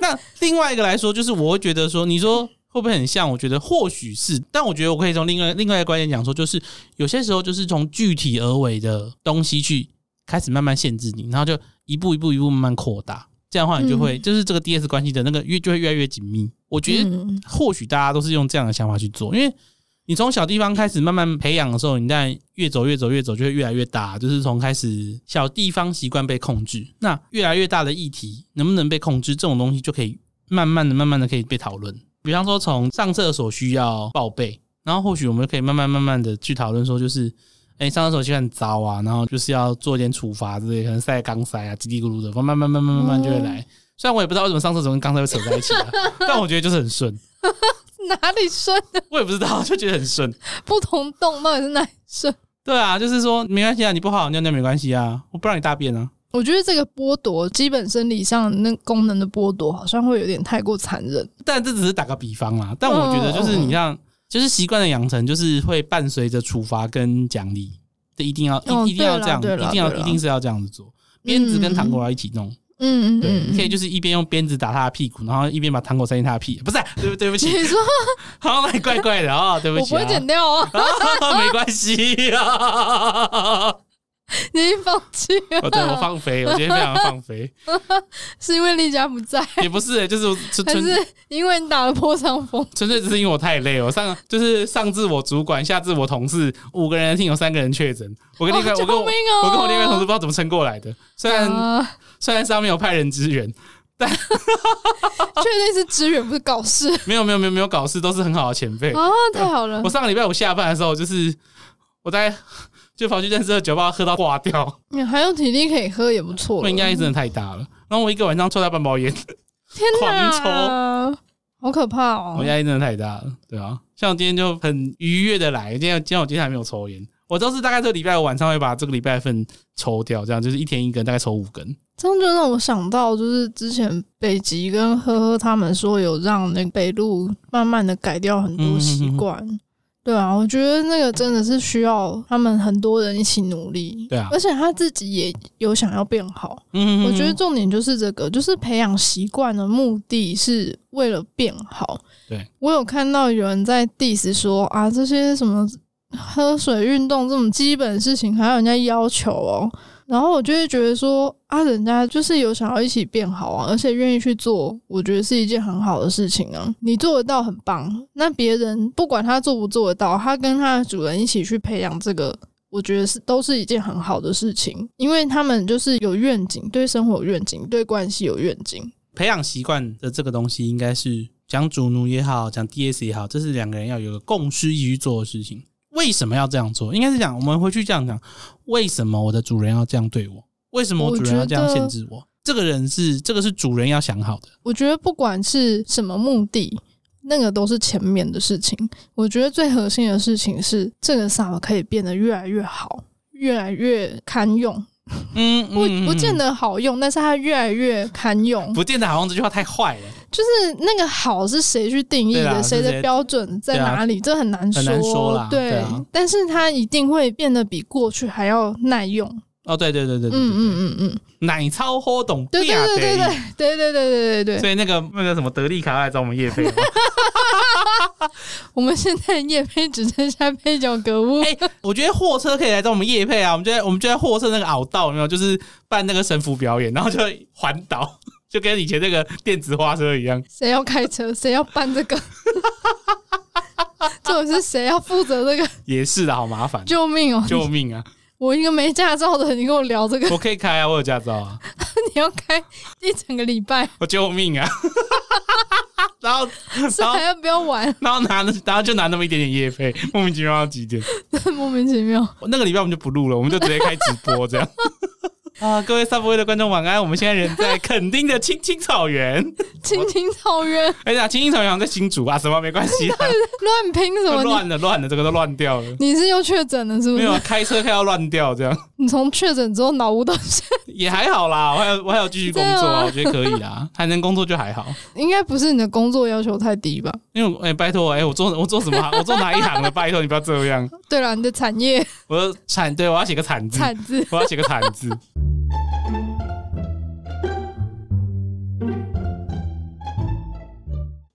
那另外一个来说，就是我会觉得说，你说会不会很像？我觉得或许是，但我觉得我可以从另外另外一个观点讲说，就是有些时候就是从具体而为的东西去开始慢慢限制你，然后就一步一步一步慢慢扩大。这样的话，你就会、就是这个 DS 关系的那个越就会越来越紧密。我觉得嗯或许大家都是用这样的想法去做，因为你从小地方开始慢慢培养的时候，你在越走越走越走就会越来越大，就是从开始小地方习惯被控制，那越来越大的议题能不能被控制，这种东西就可以慢慢的、慢慢的可以被讨论。比方说，从上厕所需要报备，然后或许我们可以慢慢慢慢的去讨论说，就是。哎、上厕所习惯很糟啊，然后就是要做一点处罚之类，可能塞钢塞啊，叽里咕噜的，慢慢慢慢慢慢慢就会来。虽然我也不知道为什么上厕所跟钢塞会扯在一起、啊，但我觉得就是很顺。 [LAUGHS] 哪里顺？我也不知道，就觉得很顺。 [LAUGHS] 不同洞到底是哪里顺？对啊，就是说没关系啊，你不好好尿尿没关系啊，我不让你大便啊。我觉得这个剥夺基本生理上那功能的剥夺，好像会有点太过残忍。但这只是打个比方啦，但我觉得就是你哦像，就是习惯的养成，就是会伴随着处罚跟奖励，这一定要一、哦一定要这样，对啦一定要对啦一定是要这样子做。鞭子跟糖果要一起弄，嗯嗯对，嗯，可以就是一边用鞭子打他的屁股，然后一边把糖果塞进他的屁， [LAUGHS] 不是、啊对不 [LAUGHS] 对不起，你说好，那你怪怪 [LAUGHS] 的啊、对不我起、不啊，会剪掉 [LAUGHS] 啊，啊，没关系 [LAUGHS] 啊，你已经放弃了，哦我对我放飞，我今天非常放飞，是因为丽佳不在，也不是、欸就是纯还纯是因为你打了破伤风？啊纯粹只是因为我太累了，我上就是上至我主管，下至我同事，五个人的 team 有三个人确诊，我跟另外、哦我跟我救命哦我跟我另外同事不知道怎么撑过来的，虽然、啊虽然上面有派人支援，确定是支援，不是搞事没有没有没有没有搞事，都是很好的前辈。啊！太好了我，上个礼拜五下班的时候，就是我大概 [LAUGHS] 就跑去认识的酒吧喝到挂掉，你还有体力可以喝也不错我了。应该真的太大了。然后我一个晚上抽到半包烟，天狂哪，好可怕我哦！压力真的太大了，对啊。像我今天就很愉悦的来，今天今天我今天还没有抽烟，我都是大概这个礼拜五晚上会把这个礼拜份抽掉，这样就是一天一根，大概抽五根。这样就让我想到，就是之前北极跟呵呵他们说有让那个北路慢慢的改掉很多习惯。对啊，我觉得那个真的是需要他们很多人一起努力。对啊而且他自己也有想要变好。嗯我觉得重点就是这个，就是培养习惯的目的是为了变好。对，我有看到有人在 diss 说啊，这些什么喝水、运动这种基本的事情，还有人家要求哦。然后我就会觉得说啊，人家就是有想要一起变好啊，而且愿意去做，我觉得是一件很好的事情啊。你做得到很棒，那别人不管他做不做得到，他跟他的主人一起去培养这个我觉得是都是一件很好的事情，因为他们就是有愿景，对生活有愿景，对关系有愿景。培养习惯的这个东西，应该是讲主奴也好，讲 DS 也好，这是两个人要有个共识一起去做的事情。为什么要这样做？应该是讲我们回去这样讲，为什么我的主人要这样对我？为什么我主人要这样限制我？这个人是这个是主人要想好的。我觉得不管是什么目的，那个都是前面的事情。我觉得最核心的事情是，这个萨瓦可以变得越来越好，越来越堪用。嗯，不嗯不见嗯得好用，但是它越来越堪用。不见得好像这句话太坏了。就是那个好是谁去定义对啦的，是谁谁啊的标准在哪里，这很难说。很难说啦对对啊，但是它一定会变得比过去还要耐用。哦，对对对对嗯对对对嗯嗯嗯，奶超喝懂对对对对变得对对对对对对对，所以那个那个什么德利卡来找我们叶飞， [LAUGHS] 我们现在夜配只剩下配角格物，哎、 [LAUGHS] 我觉得货车可以来找我们叶配啊，我们就在我们就在货车那个凹道有没有，就是办那个神符表演，然后就环岛， [LAUGHS] 就跟以前那个电子花车一样。谁要开车，谁要办这个？ [LAUGHS] 到底是谁要负责这个？也是的，好麻烦，救命哦！救命啊！我一个没驾照的，你跟我聊这个，我可以开啊，我有驾照啊，你要开一整个礼拜，我救命啊！ [LAUGHS] 然后是然后还要不要玩？ [LAUGHS] 然后拿那然后就拿那么一点点叶配，莫名其妙要几点？莫名其妙。 [LAUGHS] 那个礼拜我们就不录了，我们就直接开直播这样。啊，各位 Subway 的观众晚安！我们现在人在垦丁的青青草原，青青草原哎呀，青青草原好像在新竹啊，什么没关 [LAUGHS] 系啦，乱拼什都么？乱了乱了，这个都乱掉了。你你是又确诊了是不没是有？啊开车开到乱掉， [LAUGHS] 这样你从确诊之后脑无到现，也还好啦。我还有我还有继续工作真的啊，吗我觉得可以啦，还能工作就还好。 [LAUGHS] 应该不是你的工作要求太低吧？因为我哎、拜托哎、我做我做什么行？我做哪一行的？拜托你不要这样。对了，你的产业我说惨，对我要写个惨字，产字，我要写个惨字。 [LAUGHS]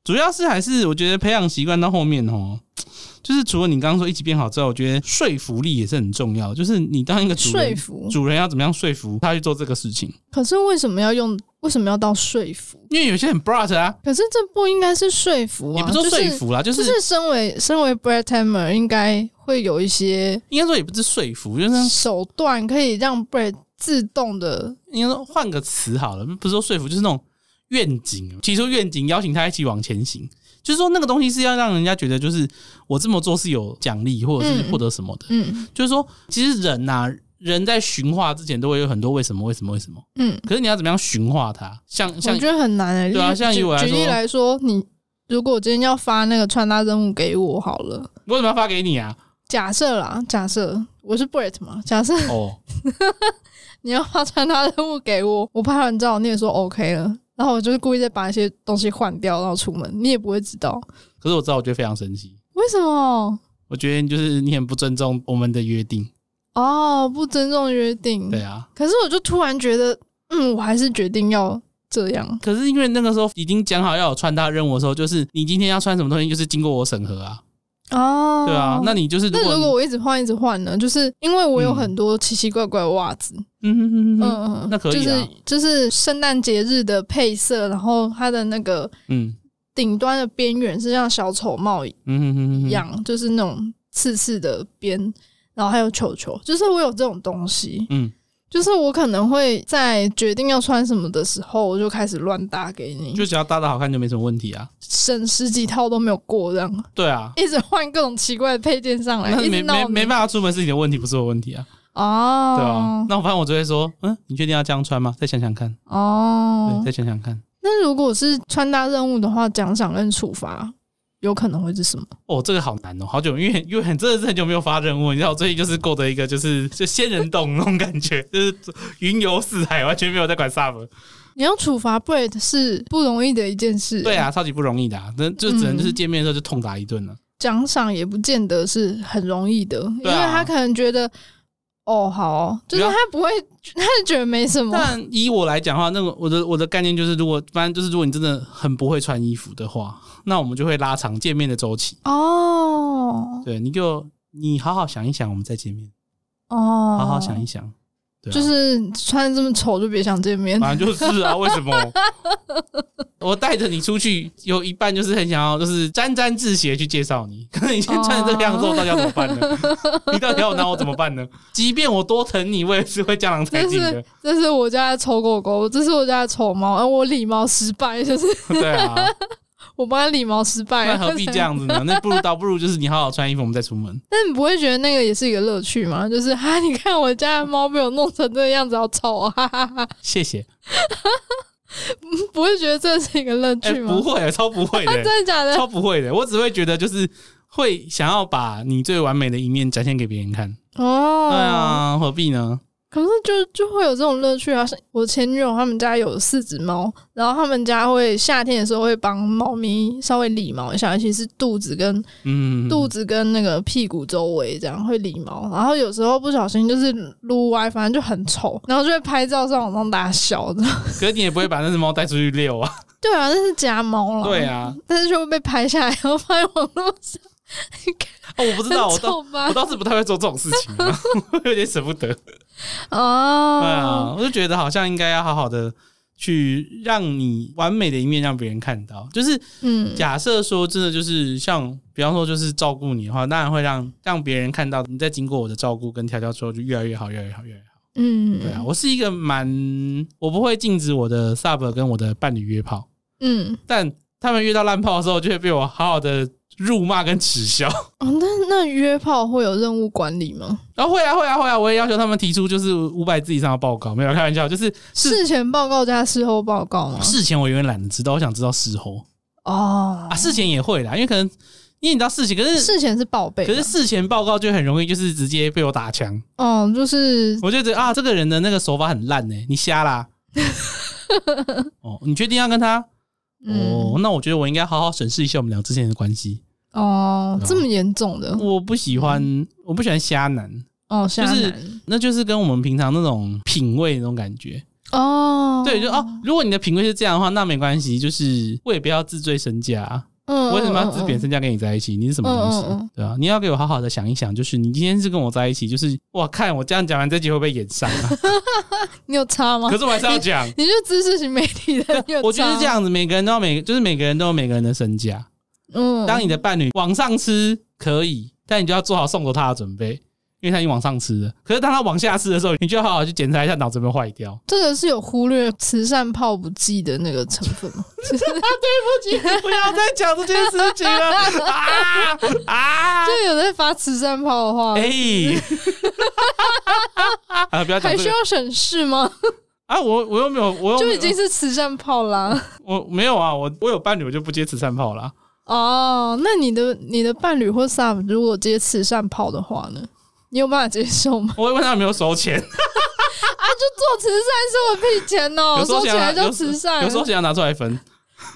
主要是还是我觉得培养习惯到后面哦，就是除了你刚刚说一起变好之外，我觉得说服力也是很重要。就是你当一个主说人，服。主人要怎么样说服他去做这个事情？可是为什么要用？为什么要到说服？因为有些很 brat 啊，可是这不应该是说服也啊，不是说说就是服啦，就就是是身为身为 Brett Tamer 应该会有一些应该说也不是说服，就是手段可以让 Brett 自动的应该说换个词好了，不是说说服，就是那种愿景，啊提出愿景，邀请他一起往前行。就是说那个东西是要让人家觉得，就是我这么做是有奖励，或者是嗯获得什么的。嗯就是说，其实人呐、人在驯化之前都会有很多为什么，为什么，为什么。嗯，可是你要怎么样驯化它？像我像觉得很难诶、欸。对啊例像以举我来举例说来说，你如果今天要发那个穿搭任务给我好了，我怎么要发给你啊？假设啦，假设我是 Brett 嘛，假设哦， [LAUGHS] 你要发传达任务给我，我拍完照你也说 OK 了，然后我就是故意再把一些东西换掉，然后出门，你也不会知道可是我知道，我觉得非常生气。为什么我觉得就是你很不尊重我们的约定。哦，不尊重约定。对啊，可是我就突然觉得，嗯，我还是决定要这样。可是因为那个时候已经讲好要有穿搭任务的时候，就是你今天要穿什么东西，就是经过我审核啊。哦，对啊，那你就是如那果如你果我一直换一直换呢？就是因为我有嗯很多奇奇怪怪的袜子，嗯嗯嗯嗯嗯嗯，嗯那可以啊就是就是圣诞节日的配色，然后它的那个嗯顶端的边缘是像小丑帽一嗯嗯嗯，样，就是那种刺刺的边，然后还有球球，就是我有这种东西，嗯，就是我可能会在决定要穿什么的时候，我就开始乱搭给你，就只要搭的好看就没什么问题啊。省十几套都没有过这样。对啊，一直换各种奇怪的配件上来，那啊一直没闹没你没办法出门是你的问题，不是我的问题啊。哦，对啊，那我反正我就会说，嗯，你确定要这样穿吗？再想想看，对，哦。再想想看。那如果是穿搭任务的话，奖赏跟处罚有可能会是什么？哦，这个好难哦，好久，因为因为很真的是很久没有发任务，你知道，我最近就是过得一个就是就仙人洞那种感觉， [LAUGHS] 就是云游四海，完全没有在管 sub。你要处罚 Brett 是不容易的一件事，欸对，啊，超级不容易的、啊，那就只能嗯就是见面的时候就痛打一顿了。奖赏也不见得是很容易的，因对为啊他可能觉得。哦，好哦就是不要他不会，他就觉得没什么。但以我来讲的话，那个我的我的概念就是，如果反正就是，如果你真的很不会穿衣服的话，那我们就会拉长见面的周期。哦对，你就你好好想一想，我们再见面，哦，好好想一想。对、啊，就是穿的这么丑就别想见面。 [LAUGHS] 反正就是啊，为什么？ [LAUGHS] 我带着你出去，有一半就是很想要，就是沾沾自喜地去介绍你。可是你今天穿成这个样子，我到底要怎么办 [LAUGHS] 呢？你到底要拿我怎么办呢？即便我多疼你，我也是会江郎才这尽的 [LAUGHS] 是。这是我家的丑狗狗，这是我家的丑猫，而我理毛失败，就是对啊，我帮他理毛失败了。那何必这？样子 [LAUGHS] 呢？那不如倒不如就是你好好穿衣服，我们再出门。但你不会觉得那个也是一个乐趣吗？就是哈，你看我家的猫被我弄成这个样子，好丑啊！ [LAUGHS] 哈哈哈，谢谢。不会觉得这 [LAUGHS] 是一个乐哎、趣吗？啊不会，超不会的、真的假的？超不会的。我只会觉得就是会想要把你最完美的一面展现给别人看。哦，对。啊，何必呢？可是就就会有这种乐趣啊！像我前女友他们家有四只猫，然后他们家会夏天的时候会帮猫咪稍微理毛一下，尤其是肚子跟嗯，肚子跟那个屁股周围这样会理毛，然后有时候不小心就是撸歪，反正就很丑，然后就会拍照上网上大家笑的。可是你也不会把那只猫带出去遛啊。 [LAUGHS] 对啊，那是家猫啦。对，啊，但是就会被拍下来，然后放在网络上，哦，我不 [LAUGHS] 知道，我很啊倒丑吧我？倒是不太会做这种事情啊、 [LAUGHS] 我有点舍不得。对哦，啊，我就觉得好像应该要好好的去让你完美的一面让别人看到。就是嗯，假设说真的就是像，比方说就是照顾你的话，当然会让让别人看到你在经过我的照顾跟调教之后，就越来越好，越来越好，越来越好。嗯，对啊，我是一个蛮我不会禁止我的 sub 跟我的伴侣约炮，嗯，但他们约到烂炮的时候，就会被我好好的辱骂跟耻笑。哦，那那约炮会有任务管理吗？然后会啊会啊会啊，我也要求他们提出就是五百字以上的报告，没有开玩笑，就是是事前报告加事后报告吗？事前我永远懒得知道，我想知道事后哦啊，，事前也会啦，因为可能因为你知道事情，可是事前是报备吧，可是事前报告就很容易就是直接被我打枪，哦，就是我就觉得啊这个人的那个手法很烂呢、你瞎 [LAUGHS] 啦。哦，你确定要跟他？嗯哦，那我觉得我应该好好审视一下我们俩之间的关系。哦对啊这么严重的我不喜嗯欢，我不喜欢瞎男，哦，就下是男那就是跟我们平常那种品味那种感觉。哦，对，就哦，如果你的品味是这样的话，那没关系，就是我也不要自坠身价啊、嗯，嗯我为什么要嗯自贬嗯身价跟你在一起？你是什么东西？嗯嗯嗯对啊，你要给我好好的想一想，就是你今天是跟我在一起，就是哇，看我这样讲完这集会不会演上 [LAUGHS] 啊？你有差吗可？是我还是要讲， [LAUGHS] 你是知识型媒体的， [LAUGHS] 你有我觉得差是这样子，每个人都要每就是每个人都有每个人的身价。嗯，当你的伴侣往上吃可以，但你就要做好送走他的准备，因为他已经往上吃了。可是当他往下吃的时候，你就要好好去检查一下脑子有没有坏掉。 [LAUGHS] 这个是有忽略慈善泡不剂的那个成分吗？不要再讲这件事情了啊啊！就有在发慈善泡的话，哎、 [LAUGHS] 啊，不要讲还这需个要审视 [LAUGHS] 吗？啊！我我又没有，我又就没已有经是慈善泡啦。我没有啊，我我有伴侣，我就不接慈善炮啦。哦，那你的你的伴侣或 sub 如果接慈善泡的话呢？你有办法接受 [LAUGHS] 吗？我会问他有没有收钱，啊，就做慈善收我屁钱哦、有收收钱啊还叫有慈善，有收钱要拿出来分。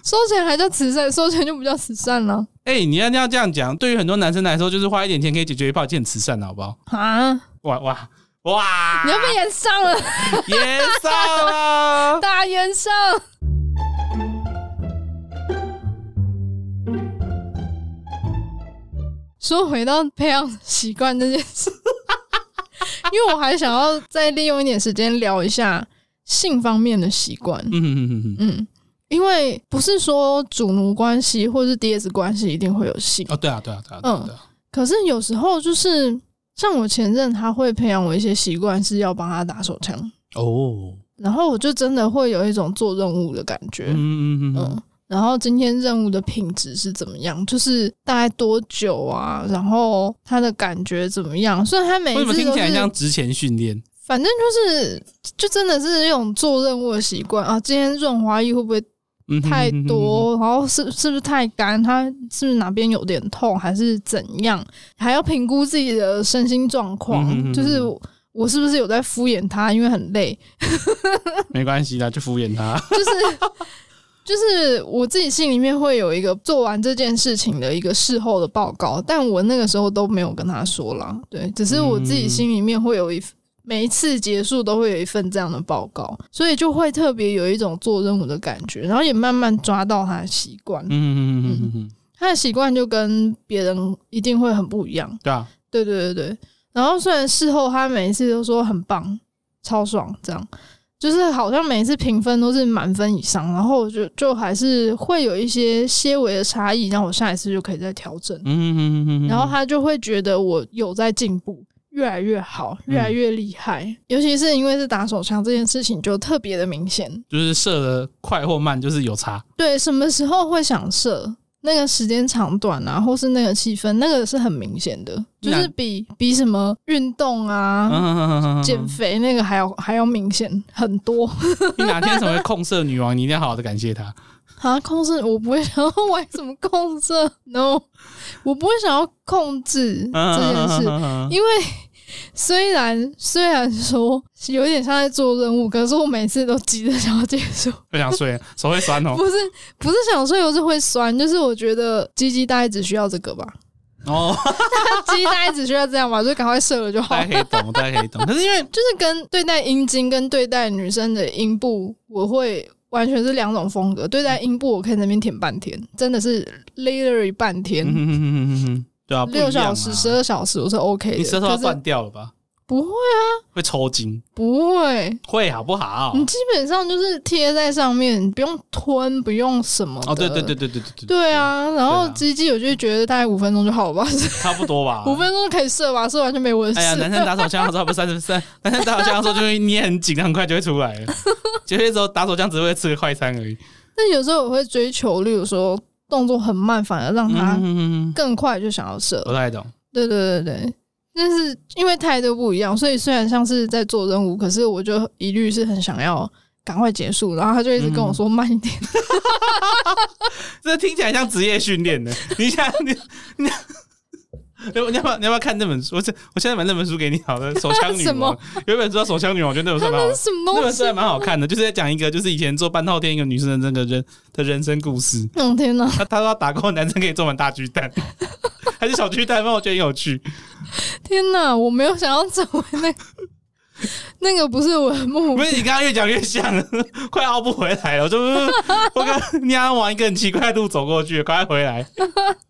收钱还叫慈善，收钱就不叫慈善了哎、你要要这样讲，对于很多男生来说，就是花一点钱可以解决一炮，就很慈善了，好不好？啊！哇哇哇！你 [LAUGHS] 要被延上了，也上 [LAUGHS] 了。大延上。说回到培养习惯这件事， [LAUGHS] 因为我还想要再利用一点时间聊一下性方面的习惯。嗯哼哼哼哼，嗯，因为不是说主奴关系或是 DS 关系一定会有性，哦，对啊，对啊，对啊，对啊嗯对啊。可是有时候就是像我前任，他会培养我一些习惯，是要帮他打手枪，哦，然后我就真的会有一种做任务的感觉。嗯嗯嗯嗯嗯，，然后今天任务的品质是怎么样？就是大概多久啊？然后他的感觉怎么样？虽然他每为什一么次听都起来是像，值钱训练？反正就是就真的是那种做任务的习惯啊。今天润滑液会不会嗯哼太哼哼哼哼，多？然后是是不是太干？他是不是哪边有点痛，还是怎样？还要评估自己的身心状况，嗯嗯嗯嗯就是我我是不是有在敷衍他？因为很累，没关系啦，就敷衍他。就是 [LAUGHS] 就是我自己心里面会有一个做完这件事情的一个事后的报告，但我那个时候都没有跟他说啦。对，只是我自己心里面会有一。每一次结束都会有一份这样的报告，所以就会特别有一种做任务的感觉，然后也慢慢抓到他的习惯嗯。嗯嗯嗯嗯，他的习惯就跟别人一定会很不一样。对啊，对对对对。然后虽然事后他每一次都说很棒、超爽，这样就是好像每一次评分都是满分以上，然后我就就还是会有一些些微的差异，然后我下一次就可以再调整。嗯嗯嗯嗯嗯，然后他就会觉得我有在进步，越来越好，越嗯来越厉害。尤其是因为是打手枪这件事情，就特别的明显。就是射的快或慢，就是有差。对，什么时候会想射？那个时间长短啊，或是那个气氛，那个是很明显的，就是那比比什么运动啊，嗯，减肥那个还要还要明显很多。 [LAUGHS] 你哪天成为控色女王，你一定要好好的感谢他。啊，控制我不会想要玩什么控制，no，我不会想要控制 [LAUGHS] 嗯这件事，事，因为 [LAUGHS] 虽然虽然说有点像在做任务，可是我每次都急着想要结束，不想睡，手会酸哦。不是不是想睡，我是会酸，就是我觉得鸡鸡大概只需要这个吧，哦，鸡鸡大概只需要这样吧，就赶快射了就好大家可以懂，大家可以懂。可是因为就是跟对待阴茎跟对待女生的阴部，我会完全是两种风格。对待嗯阴部，我可以在那边舔半天，真的是 literally 半天，嗯嗯嗯嗯嗯，对啊，不一六、样啊小时、十，二小时，我是 OK 的。你舌头要可是断掉了吧？不会会抽筋，不会，会好啊不好你？基本上就是贴在上面，你不用吞，不用什么的。哦，对对对。对对对对，啊，然后对啊鸡鸡我就觉得大概五分钟就好了吧，。差不多吧 [LAUGHS] 五分钟可以射吧，射完就没我的事。哎呀，男生打手枪的时候不是三十三，男生打手枪的时候就会捏很紧，很快就会出来了。结束之后打手枪只会吃个快餐而已。但有时候我会追求，例如说动作很慢，反而让他嗯嗯，更快就想要射。不太懂。对对对对，但是因为态度不一样，所以虽然像是在做任务，可是我就一律是很想要赶快结束，然后他就一直跟我说慢一点。 [LAUGHS] 这听起来像职业训练的。你想，你你。你要不你要不要你要不要看这本书？我这我现在把那本书给你好了，《手枪女什王么》有一本书叫《手枪女王》，我觉得那本书蛮好那看是什么那东本西书？还蛮好看的，就是在讲一个就是以前做半套店一个女生的那个人的人生故事。嗯，天哪！她她说她打工的男生可以做满大巨蛋， [LAUGHS] 还是小巨蛋，让我觉得很有趣。天哪！我没有想要成为那个，那个不是我的目不标。是你刚刚越讲越像 [LAUGHS] 了，快凹不回来了。我就我跟你要往一个很奇怪的路走过去，赶快回来。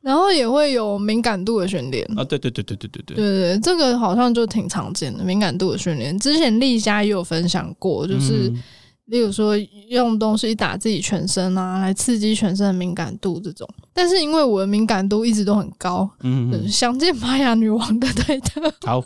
然后也会有敏感度的训练。啊，对对对对对对对对，对对，这个好像就挺常见的敏感度的训练。之前丽佳也有分享过，就是、嗯例如说用东西打自己全身啊，来刺激全身的敏感度这种。但是因为我的敏感度一直都很高，嗯嗯、想见玛雅女王的对的， [LAUGHS] 好，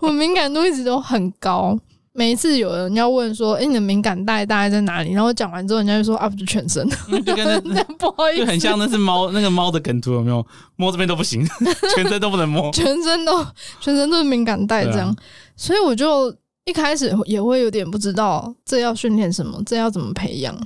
我敏感度一直都很高。每一次有人要问说：“哎、你的敏感带大概在哪里？”然后我讲完之后，人家就说：“啊，不就全身。 [LAUGHS] 嗯就跟那”不好意思，就很像那只猫，那个猫的梗图有没有？摸这边都不行， [LAUGHS] 全身都不能摸。全身都 [LAUGHS] 全身都是敏感带这样，对啊所以我就一开始也会有点不知道这要训练什么，这要怎么培养。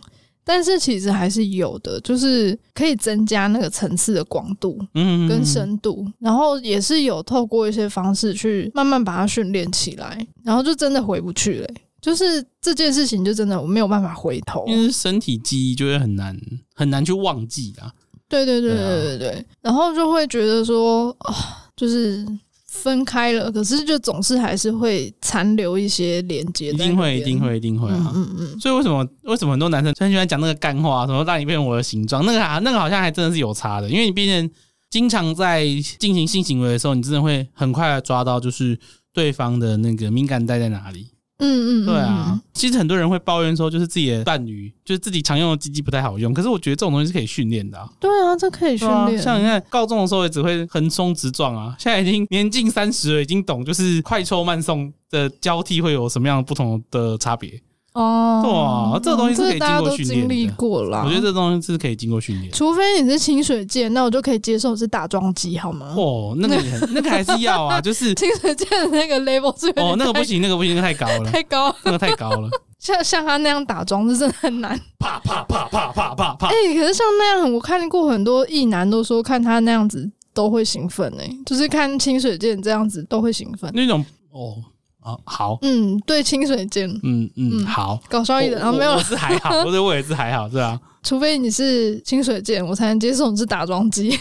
但是其实还是有的，就是可以增加那个层次的广度嗯，跟深度，然后也是有透过一些方式去慢慢把它训练起来，然后就真的回不去了欸、就是这件事情就真的我没有办法回头，因为身体记忆就会很难很难去忘记啊。对对对对啊对对对，然后就会觉得说，啊，就是分开了，可是就总是还是会残留一些连接，一定会，一定，会，一定会嗯啊！嗯嗯，所以为什么为什么很多男生很喜欢讲那个干话，什么让你变我的形状？那个啊，那个好像还真的是有差的，因为你毕竟经常在进行性行为的时候，你真的会很快的抓到就是对方的那个敏感带在哪里。嗯嗯，对啊嗯，，其实很多人会抱怨说，就是自己的伴侣就是自己常用的鸡鸡不太好用，可是我觉得这种东西是可以训练的啊。对啊，这可以训对啊练，像你看高中的时候也只会横冲直撞啊，现在已经年近三十了，已经懂就是快抽慢送的交替会有什么样不同的差别。哦，对啊这个东西是可以这大家经过都训练经历的过啊啦。我觉得这东西是可以经过训 [LAUGHS] 练。除非你是清水剑，那我就可以接受是打桩机，好吗？哦，那个也很，那个还是要啊， [LAUGHS] 就是清水剑的那个 level 是有点哦，那个太不行，啊那个不行，那个太高 [LAUGHS] 了，太高，那个太高了，像像他那样打桩是真的很难。啪啪啪啪啪啪啪哎、，可是像那样，我看过很多异男都说看他那样子都会兴奋哎、就是看清水剑这样子都会兴奋。那种哦啊好，嗯，对，清水剑嗯嗯嗯好，搞笑一点，然后我没有我啦，是还好，我是我也是还好，是啊，除非你是清水剑，我才能接受你是打桩机。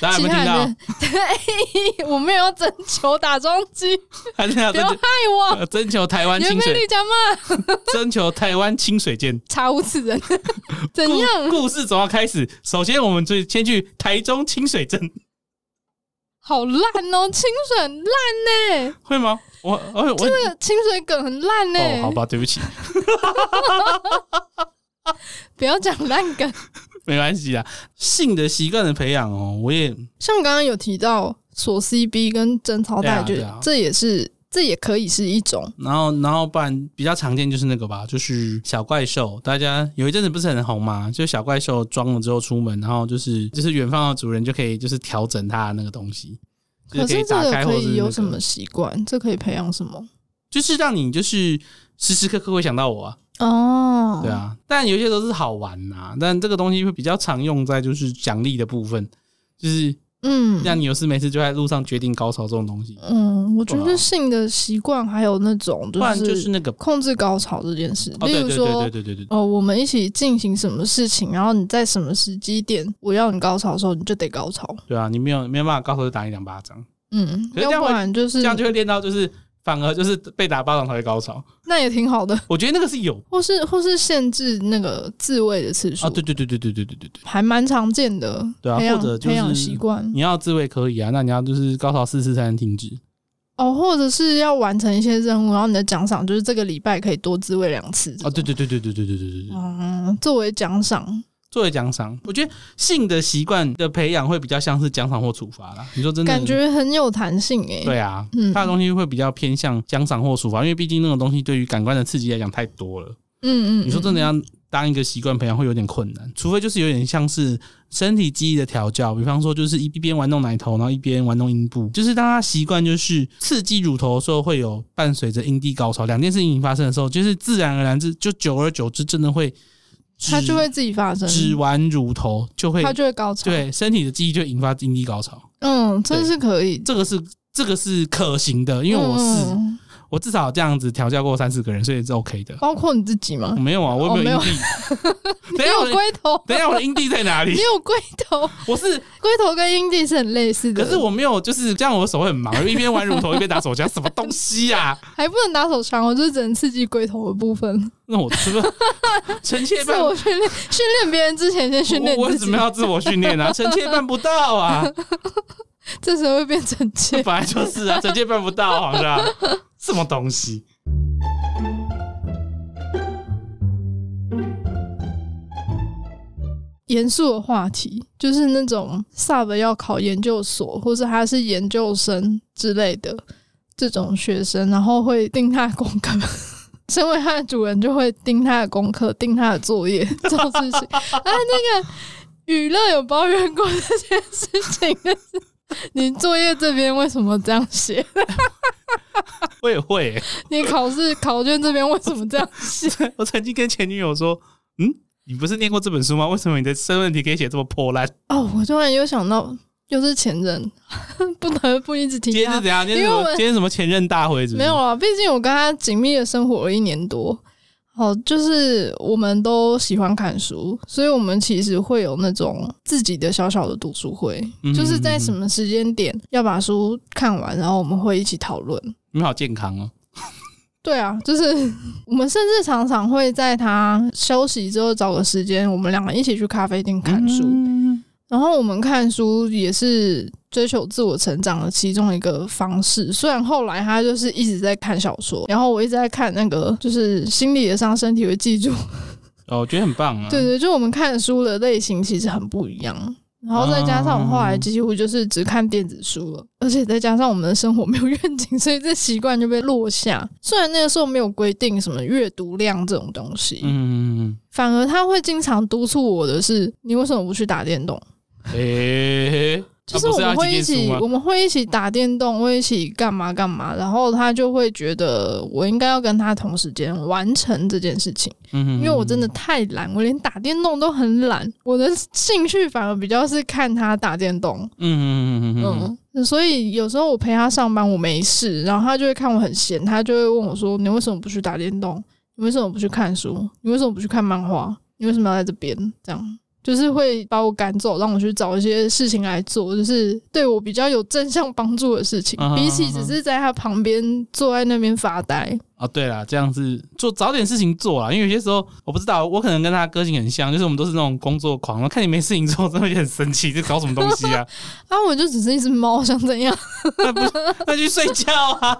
大家其有哎没有他听到人？ [LAUGHS] 的，对，我没有要征求打桩机，还是要 [LAUGHS] 不要征害我。啊呃征求台湾原清被水，丽家骂征求台湾清水剑。查无此 [LAUGHS] 人，怎样？故事总要开始。首先，我们最先去台中清水镇，好烂哦，清水很烂呢、会吗？我我我、这个清水梗很烂呢、欸哦，好吧，对不起，不要讲烂梗。没关系啦。性的习惯的培养哦，我也像刚刚有提到锁 CB 跟贞操带，就对啊对啊这也是这也可以是一种，然后，然后不然比较常见就是那个吧，就是小怪兽。大家有一阵子不是很红嘛，就小怪兽装了之后出门，然后就是就是远方的主人就可以就是调整它的那个东西，就可可以是这打个开或可者是、以那有个什么习惯？这可以培养什么？就是让你就是时时刻刻会想到我啊，哦，对，啊。但有些都是好玩呐、但这个东西会比较常用在就是奖励的部分，就是嗯，让你有事没事就在路上决定高潮这种东西，嗯，我觉对啊得性的习惯还有那种不然就是那个控制高潮这件事，哦，例对如对说对对。对对对，哦，我们一起进行什么事情，然后你在什么时机点，我要你高潮的时候，你就得高潮。对啊，你没有没有办法高潮就打你两巴掌。嗯，可是这样要不会然就是这样就会练到就是反而就是被打巴掌才会高潮。那也挺好的，我觉得那个是有或是或是限制那个自慰的次数。啊，对对对对对对对对对，还蛮常见的，对啊培养或者就是培养习惯你要自慰可以啊，那你要就是高潮四次才能停止。哦，或者是要完成一些任务，然后你的奖赏就是这个礼拜可以多自慰两次啊，对，对对对对对对对对对，嗯，作为奖赏，作为奖赏，我觉得性的习惯的培养会比较像是奖赏或处罚啦。你说真的，感觉很有弹性诶、对啊，嗯它的东西会比较偏向奖赏或处罚，因为毕竟那种东西对于感官的刺激来讲太多了。嗯嗯，你说真的嗯，要当一个习惯培养会有点困难，除非就是有点像是身体记忆的调教，比方说就是一一边玩弄奶头，然后一边玩弄阴部，就是当他习惯就是刺激乳头的时候会有伴随着阴蒂高潮，两件事情发生的时候，就是自然而然之就久而久之真的会只，它就会自己发生，只玩乳头就会它就会高潮。，对身体的记忆就引发阴蒂高潮，嗯，这对是可以，这个是这个是可行的，因为我是、嗯我至少这样子调教过三四个人，所以是 OK 的。包括你自己吗？没有啊，我哦也没有没阴蒂。 [LAUGHS] 你 [LAUGHS] 等一下我有的，龟头，等一下我的阴蒂在哪里 [LAUGHS] 你？有龟头，我是，龟头跟阴蒂是很类似的，可是我没有，就是这样，我手会很忙， [LAUGHS] 一边玩乳头一边打手枪，什么东西啊呀、还不能打手枪，我就只能刺激龟头的部分。那我是 [LAUGHS] 不是臣妾自办？我我训练，训练别人之前先训练我你为自己什么，要自我训 [LAUGHS] 练啊？臣妾办不到啊，这时候会变成本切。来就是啊，臣妾办不到，好像什么东西。 [LAUGHS] 严肃的话题，就是那种 sub 要考研究所，或是他是研究生之类的这种学生，然后会盯他的功课。 [LAUGHS] 身为他的主人，就会盯他的功课、盯他的作业 [LAUGHS] 这种事情。啊，那个娱乐有抱怨过这件事情，但是 [LAUGHS] 你作业这边为什么这样写？ [LAUGHS] 我也会欸、你考试考卷这边为什么这样写？我曾经跟前女友说，嗯，你不是念过这本书吗？为什么你的申论题可以写这么破烂？哦，我突然又想到，又是前任， [LAUGHS] 不得不一直今提天他是。怎样？今天因是为我什么？们今天是什么前任大会是不是？没有啊，毕竟我跟他紧密的生活了一年多。好，就是我们都喜欢看书，所以我们其实会有那种自己的小小的读书会，嗯就是在什么时间点要把书看完，然后我们会一起讨论。你们好健康哦。对啊，就是 [LAUGHS] 我们甚至常常会在他休息之后找个时间，我们两个一起去咖啡厅看书。嗯然后我们看书也是追求自我成长的其中一个方式。虽然后来他就是一直在看小说，然后我一直在看那个，就是心理的伤，身体会记住。哦，我觉得很棒啊。 [LAUGHS] 对对，就我们看书的类型其实很不一样。然后再加上我后来几乎就是只看电子书了，而且再加上我们的生活没有愿景，所以这习惯就被落下。虽然那个时候没有规定什么阅读量这种东西，嗯，反而他会经常督促我的是：你为什么不去打电动？诶、就是啊不我们要会一起念起，书吗我们会一起打电动，会一起干嘛干嘛，然后他就会觉得我应该要跟他同时间完成这件事情，嗯因为我真的太懒，我连打电动都很懒，我的兴趣反而比较是看他打电动，嗯嗯嗯嗯嗯，所以有时候我陪他上班，我没事，然后他就会看我很闲，他就会问我说：“你为什么不去打电动？你为什么不去看书？你为什么不去看漫画？你为什么要在这边？”这样就是会把我赶走，让我去找一些事情来做，就是对我比较有正向帮助的事情嗯哼，比起嗯哼只是在他旁边坐在那边发呆。哦，对啦，这样是做找点事情做啦，因为有些时候我不知道，我可能跟他个性很像，就是我们都是那种工作狂，然后看你没事情做，真的会很生气，这搞什么东西 [LAUGHS] 啊？啊，我就只是一只猫， [LAUGHS] 想怎样？那不那去睡觉啊！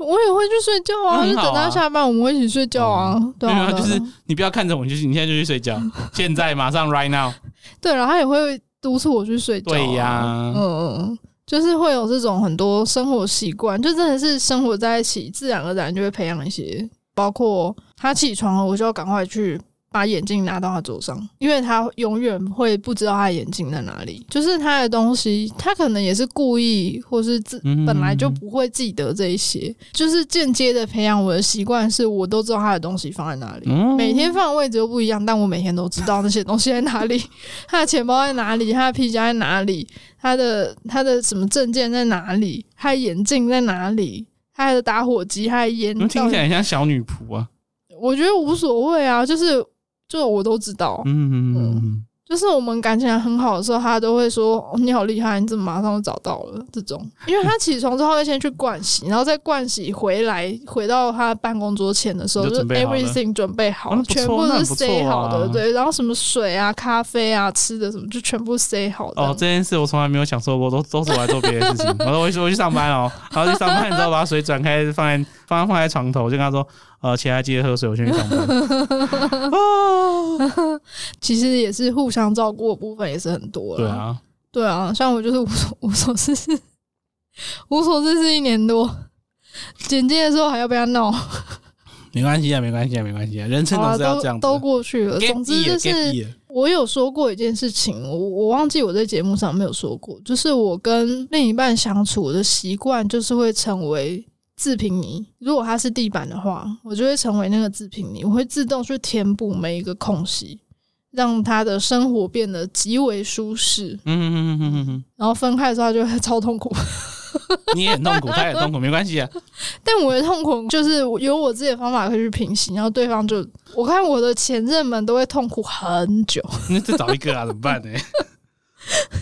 我也会去睡觉啊，就那很好啊等他下班，我们会一起睡觉啊。对没有啊，啊对啊 [LAUGHS] 就是你不要看着我，你就是你现在就去睡觉，现在马上 right now。对，啊然后他也会督促我去睡觉、对呀、嗯嗯，嗯，就是会有这种很多生活习惯，就真的是生活在一起，自然而然就会培养一些，包括他起床了，我就要赶快去。把眼镜拿到他桌上，因为他永远会不知道他的眼镜在哪里。就是他的东西，他可能也是故意，或是自嗯本来就不会记得这一些。就是间接的培养我的习惯，是我都知道他的东西放在哪里。嗯每天放的位置又不一样，但我每天都知道那些东西在哪里，他的钱包在哪里，他的皮夹在哪里，他的他的什么证件在哪里，他的眼镜在哪里，他的打火机，他的烟你，们嗯听起到来很像小女仆啊。底我觉得无所谓啊，就是就我都知道，嗯嗯嗯嗯。就是我们感情还很好的时候，他都会说、哦你好厉害，你怎么马上就找到了？”这种，因为他起床之后会先去盥洗，然后再盥洗回来，回到他办公桌前的时候，你就就是准备好了 everything 准备好，哦那不错全部那都很是不塞错好的，啊对，然后什么水啊、咖啡啊、吃的什么，就全部塞好的。哦，这件事我从来没有享受过，都都是我来做别的事情。我说我去我去上班哦，然后去上班，你知道把水转开，放在放放在床头，我就跟他说，呃，起来记得喝水，我先去上班。 [LAUGHS] 哦，其实也是互相照顾的部分也是很多了。对，啊，对啊，像我就是无所无所事事， [LAUGHS] 无所事事一年多，简介的时候还要被他闹。诶、没关系啊，没关系啊，没关系啊，人生好啊，总是要这样都子。都过去了。 get 总之就 it，get 是 it 我有说过一件事情，我我忘记我在节目上没有说过，就是我跟另一半相处的习惯就是会成为自评泥。如果它是地板的话，我就会成为那个自评泥，我会自动去填补每一个空隙，让他的生活变得极为舒适。嗯嗯嗯嗯嗯然后分开的时候，他就会 [LAUGHS] 超痛苦。嗯， [LAUGHS] 你也很痛苦，他也很痛苦，没关系啊。但我的痛苦就是有我自己的方法可以去平息，然后对方就我看我的前任们都会痛苦很久。那再找一个啊，怎么办呢？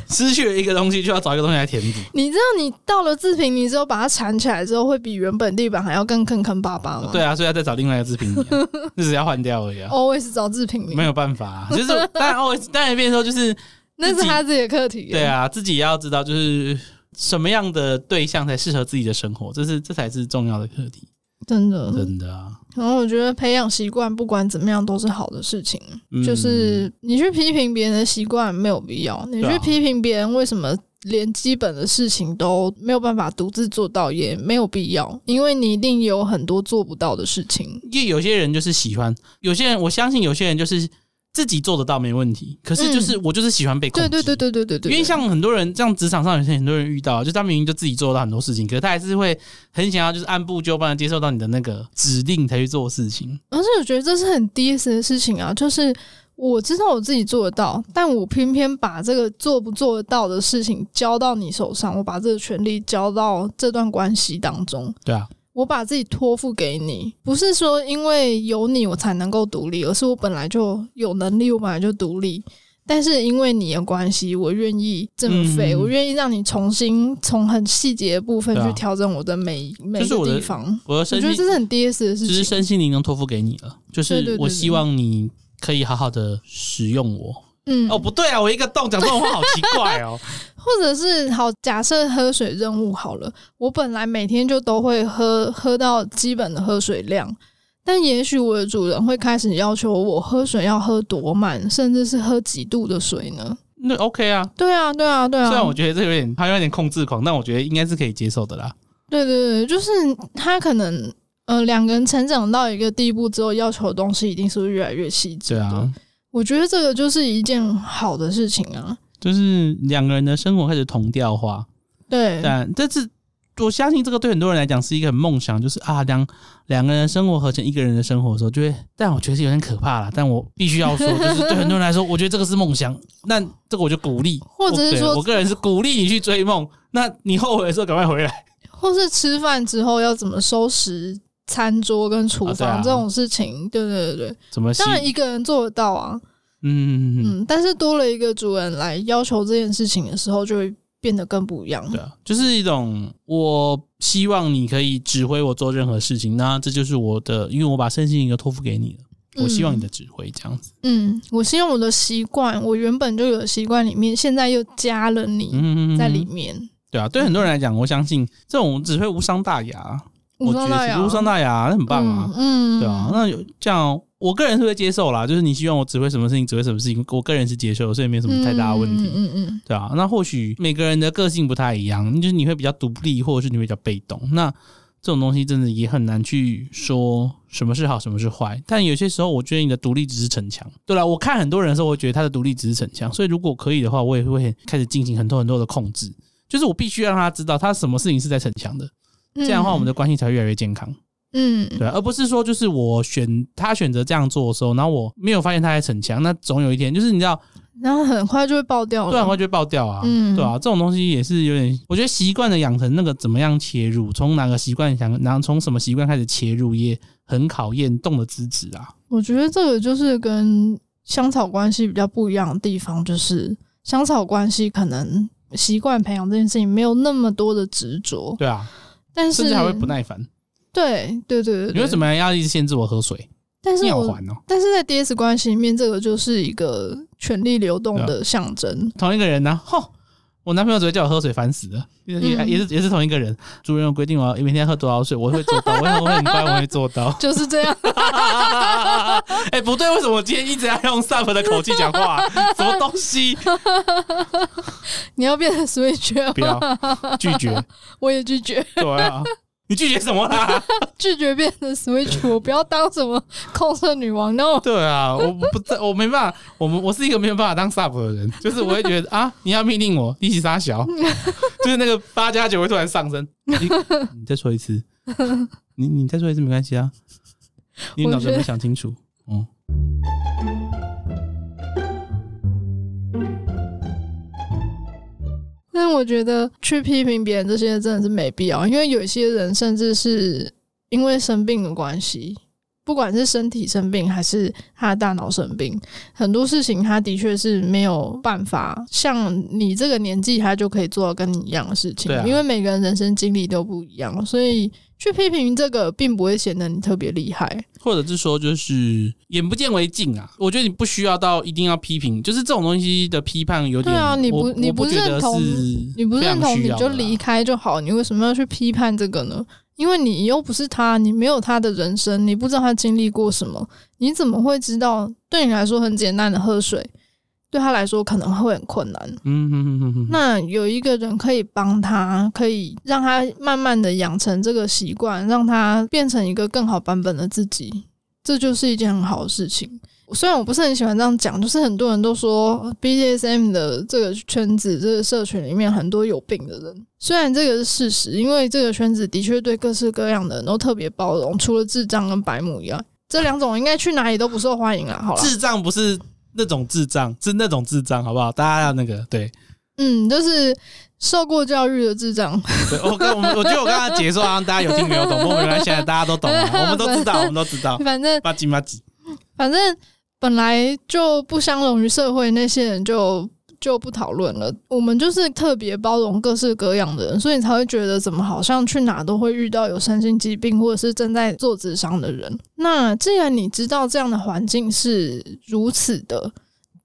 失去了一个东西，就要找一个东西来填补。你知道你到了自评你之后把它缠起来之后，会比原本地板还要更坑坑巴巴吗？对啊，所以要再找另外一个自评你啊，就只要换掉而已啊， ，always 找自评你没，有办法啊。就是我当然哦，当然变成说就是那是他自己的课题。对，啊，自己要知道就是什么样的对象才适合自己的生活，这是这才是重要的课题。真的。真的啊，然后我觉得培养习惯，不管怎么样都是好的事情。嗯就是你去批评别人的习惯没有必要，你对去啊批评别人为什么连基本的事情都没有办法独自做到，也没有必要，因为你一定有很多做不到的事情。因为有些人就是喜欢，有些人我相信有些人就是自己做得到没问题，可是就是、我就是喜欢被控对制。嗯对对对对对对，因为像很多人，像职场上有些很多人遇到，就是他明明就自己做到很多事情，可是他还是会很想要就是按部就班的接受到你的那个指令才去做事情。而且我觉得这是很 D S 的事情啊，就是我知道我自己做得到，但我偏偏把这个做不做得到的事情交到你手上，我把这个权利交到这段关系当中，对啊，我把自己托付给你，不是说因为有你我才能够独立，而是我本来就有能力，我本来就独立。但是因为你的关系，我愿意这么费，嗯我愿意让你重新从很细节的部分对啊去调整我的每、每就一是个我的地方。我的我身觉得这心是很 D S 的事只情。是身心灵能托付给你了，就对对是对我对希望你可以好好的使用我。嗯，哦，不对啊，我一个洞讲这种话好奇怪 [LAUGHS] 哦。或者是好，假设喝水任务好了，我本来每天就都会喝喝到基本的喝水量，但也许我的主人会开始要求我喝水要喝多满，甚至是喝几度的水呢？那 OK 啊，对啊，对啊，对啊。虽然我觉得这有点他有点控制狂，但我觉得应该是可以接受的啦。对对对，就是他可能呃两个人成长到一个地步之后，要求的东西一定是会越来越细致对的。啊，我觉得这个就是一件好的事情啊。就是两个人的生活开始同调化。对，但啊但是我相信这个对很多人来讲是一个很梦想，就是啊，两两个人生活合成一个人的生活的时候，就会，但我觉得是有点可怕啦。但我必须要说，就是对很多人来说，我觉得这个是梦想。那这个我就鼓励，或者是我对说我个人是鼓励你去追梦。那你后悔的时候赶快回来。或是吃饭之后要怎么收拾餐桌跟厨啊对房、啊这种事情，对对对对，怎么吸？当然一个人做得到啊，嗯嗯嗯，嗯，但是多了一个主人来要求这件事情的时候，就会变得更不一样。对啊，就是一种我希望你可以指挥我做任何事情。那这就是我的，因为我把身心灵都托付给你了。我希望你的指挥这样子，嗯，我希望我的习惯，我原本就有的习惯里面，现在又加了你嗯，嗯嗯嗯在里面，对啊，对很多人来讲，我相信这种只会无伤大雅，我觉伤大得雅，是无伤大雅，那很棒啊，嗯，嗯对啊，，那有这样，我个人是会接受啦，就是你希望我指挥什么事情，指挥什么事情，我个人是接受，所以没有什么太大的问题，嗯嗯嗯对啊，那或许每个人的个性不太一样，就是你会比较独立，或者是你会比较被动，那这种东西真的也很难去说什么是好，什么是坏，但有些时候我觉得你的独立只是逞强，对啦，我看很多人的时候，我会觉得他的独立只是逞强，所以如果可以的话，我也会开始进行很多很多的控制。就是我必须让他知道他什么事情是在逞强的，嗯，这样的话我们的关系才会越来越健康，嗯对啊、而不是说就是我选他选择这样做的时候，然后我没有发现他在逞强，那总有一天就是你知道，然后很快就会爆掉了，不然会就会爆掉啊，哦嗯对啊，这种东西也是有点，我觉得习惯的养成那个怎么样切入，从哪个习惯想，然后从什么习惯开始切入，也很考验动的资质啊，我觉得这个就是跟香草关系比较不一样的地方，就是香草关系可能习惯培养这件事情没有那么多的执着，对啊，但是甚至还会不耐烦，对对对对你为对，什么要一直限制我喝水？但是你好我烦哦，但是在 D S 关系里面，这个就是一个权力流动啊的象征。同一个人呢、哦吼，我男朋友只会叫我喝水，烦死了。也也嗯。也是也是同一个人，主人有规定我要哦每天喝多少水，我会做到，我会我会很乖，我会做到 [LAUGHS] 就是这样， [LAUGHS] 哎、不对，为什么我今天一直要用 Sup 的口气讲话？啊什么东西？你要变成 Switch，不要拒绝，我也拒绝。 [LAUGHS] 对啊，你拒绝什么啦？拒绝变成 Switch，我不要当什么 [LAUGHS] 控色女王，no。 [LAUGHS] 对啊，我不在，我没办法，我们我是一个没有办法当 sub 的人，就是我会觉得啊，你要命令我力气杀小， [LAUGHS] 就是那个八加九会突然上升。你你再说一次，你你再说一次没关系啊，你脑子有没有想清楚？嗯。但我觉得去批评别人这些真的是没必要，因为有些人甚至是因为生病的关系，不管是身体生病还是他的大脑生病，很多事情他的确是没有办法像你这个年纪他就可以做到跟你一样的事情，对啊因为每个人人生经历都不一样，所以去批评这个并不会显得你特别厉害。或者是说就是眼不见为净啊。我觉得你不需要到一定要批评，就是这种东西的批判有点，对啊你不我你我不不觉得认同是你不认同你就离离。开就好，你为什么要去批判这个呢？因为你又不是他，你没有他的人生，你不知道他经历过什么，你怎么会知道？对你来说很简单的喝水，对他来说可能会很困难。嗯嗯嗯嗯，那有一个人可以帮他，可以让他慢慢的养成这个习惯，让他变成一个更好版本的自己，这就是一件很好的事情。虽然我不是很喜欢这样讲，就是很多人都说哦 BDSM 的这个圈子、这个社群里面很多有病的人。虽然这个是事实，因为这个圈子的确对各式各样的人都特别包容，除了智障跟白目以外，这两种应该去哪里都不受欢迎啦。啊好啦，智障不是那种智障，是那种智障，好不好？大家要那个对。嗯，就是受过教育的智障，对我跟我们，我觉得我刚刚解说好像大家有听没有懂，不过没关系，啊大家都懂 [LAUGHS] 了，我们都知道，我们都知道。反正吧唧吧唧，反正本来就不相容于社会，那些人就就不讨论了。我们就是特别包容各式各样的人，所以你才会觉得怎么好像去哪都会遇到有身心疾病或者是正在做智商的人。那既然你知道这样的环境是如此的。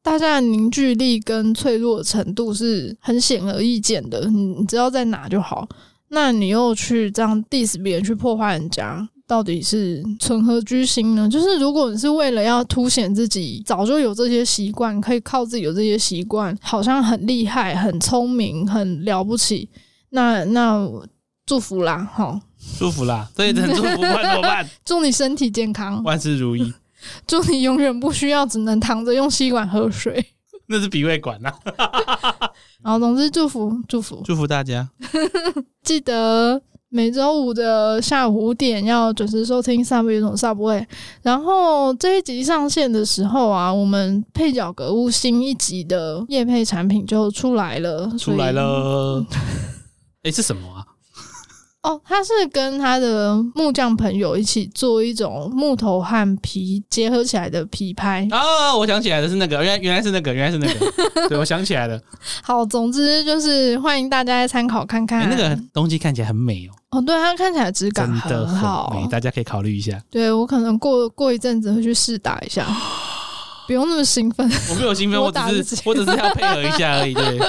大家的凝聚力跟脆弱的程度是很显而易见的，你你知道在哪就好。那你又去这样 diss 别人，去破坏人家，到底是存何居心呢？就是如果你是为了要凸显自己早就有这些习惯，可以靠自己有这些习惯，好像很厉害、很聪明、很了不起，那那我祝福啦，哈，舒服啦，所以很舒服，不然怎么 [LAUGHS] 办？祝你身体健康，万事如意，祝你永远不需要只能躺着用吸管喝水。 [LAUGHS] 那是鼻胃管啊呐。然后，总之祝福祝福，祝福大家，记得每周五的下午五点要准时收听《Sub 有种 Subway》。然后这一集上线的时候啊，我们配角格物新一集的夜配产品就出来了，所出以来了。哎，是什么啊？哦。他是跟他的木匠朋友一起做一种木头和皮结合起来的皮拍。哦，我想起来的是那个，原来原来是那个，原来是那 [LAUGHS] 个，对我想起来了。好，总之就是欢迎大家来参考看看。哎那个东西看起来很美哦，哦，对，它看起来质真感的很好，很美，大家可以考虑一下。对我可能过过一阵子会去试打一 [GASPS] 下，不用那么兴奋，我没有兴奋，我我打只自是己我只是要配合一下而已，对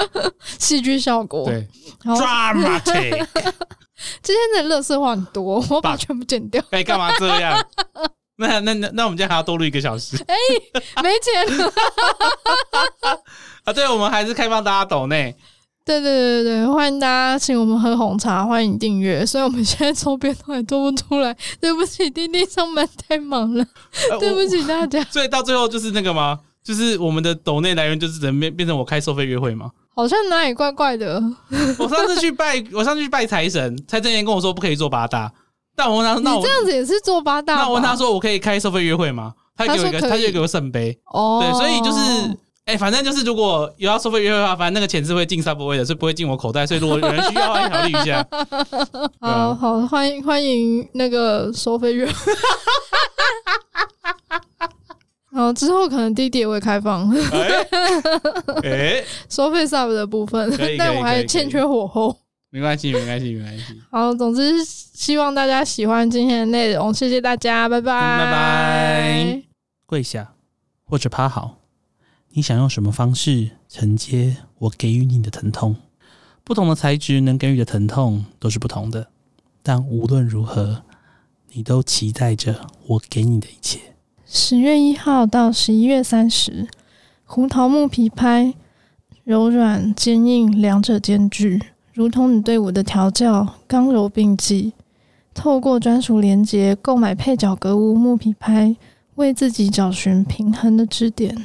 戏剧效果。对。然后 [LAUGHS] Dramatic，今天的乐色话很 [LAUGHS] 多，我把它全部剪掉， [LAUGHS] 哎，干嘛这样？那那那那我们这样还要多录一个小时没剪了。 [LAUGHS] 啊！对，我们还是开放大家抖内，对对对对，欢迎大家请我们喝红茶，欢迎订阅。虽然我们现在周边都还做不出来， [LAUGHS] 对不起，丁丁上班太忙了，呃对不。 [LAUGHS] 我起大 [LAUGHS] 家。所以到最后就是那个吗？就是我们的抖内来源就是只能变变成我开收费约 [LAUGHS] 会吗？好像哪里怪怪的，我上次去拜，我上次去拜财神，财神爷跟我说不可以做八大，但我问他说，你 [LAUGHS] 那我这样子也是做八大吧。那我问他说，我可以开收费约会吗？他给我一他个，说可以他就给我圣杯。哦，对，所以就是，哎、反正就是如果有要收费约会的话，反正那个钱是会进 Subway 的，是不会进我口袋。所以如果有人需要，欢迎考虑一下。好啊好欢迎欢迎那个收费 [LAUGHS] 员。然后之后可能弟弟也会开放 [LAUGHS] 哎、哎、收费 sub 的部分可以可 [LAUGHS] 以，但我可以还可以欠缺火候。没关系，没关系，没关系。好，总之希望大家喜欢今天的内容，谢谢大家，拜拜，嗯拜拜。跪下或者趴好，你想用什么方式承接我给予你的疼痛？不同的材质能给予的疼痛都是不同的，但无论如何，你都期待着我给你的一切。十月一号到十一月三十，胡桃木皮拍，柔软坚硬两者兼具，如同你对我的调教，刚柔并济。透过专属连接购买配角格屋木皮拍，为自己找寻平衡的支点。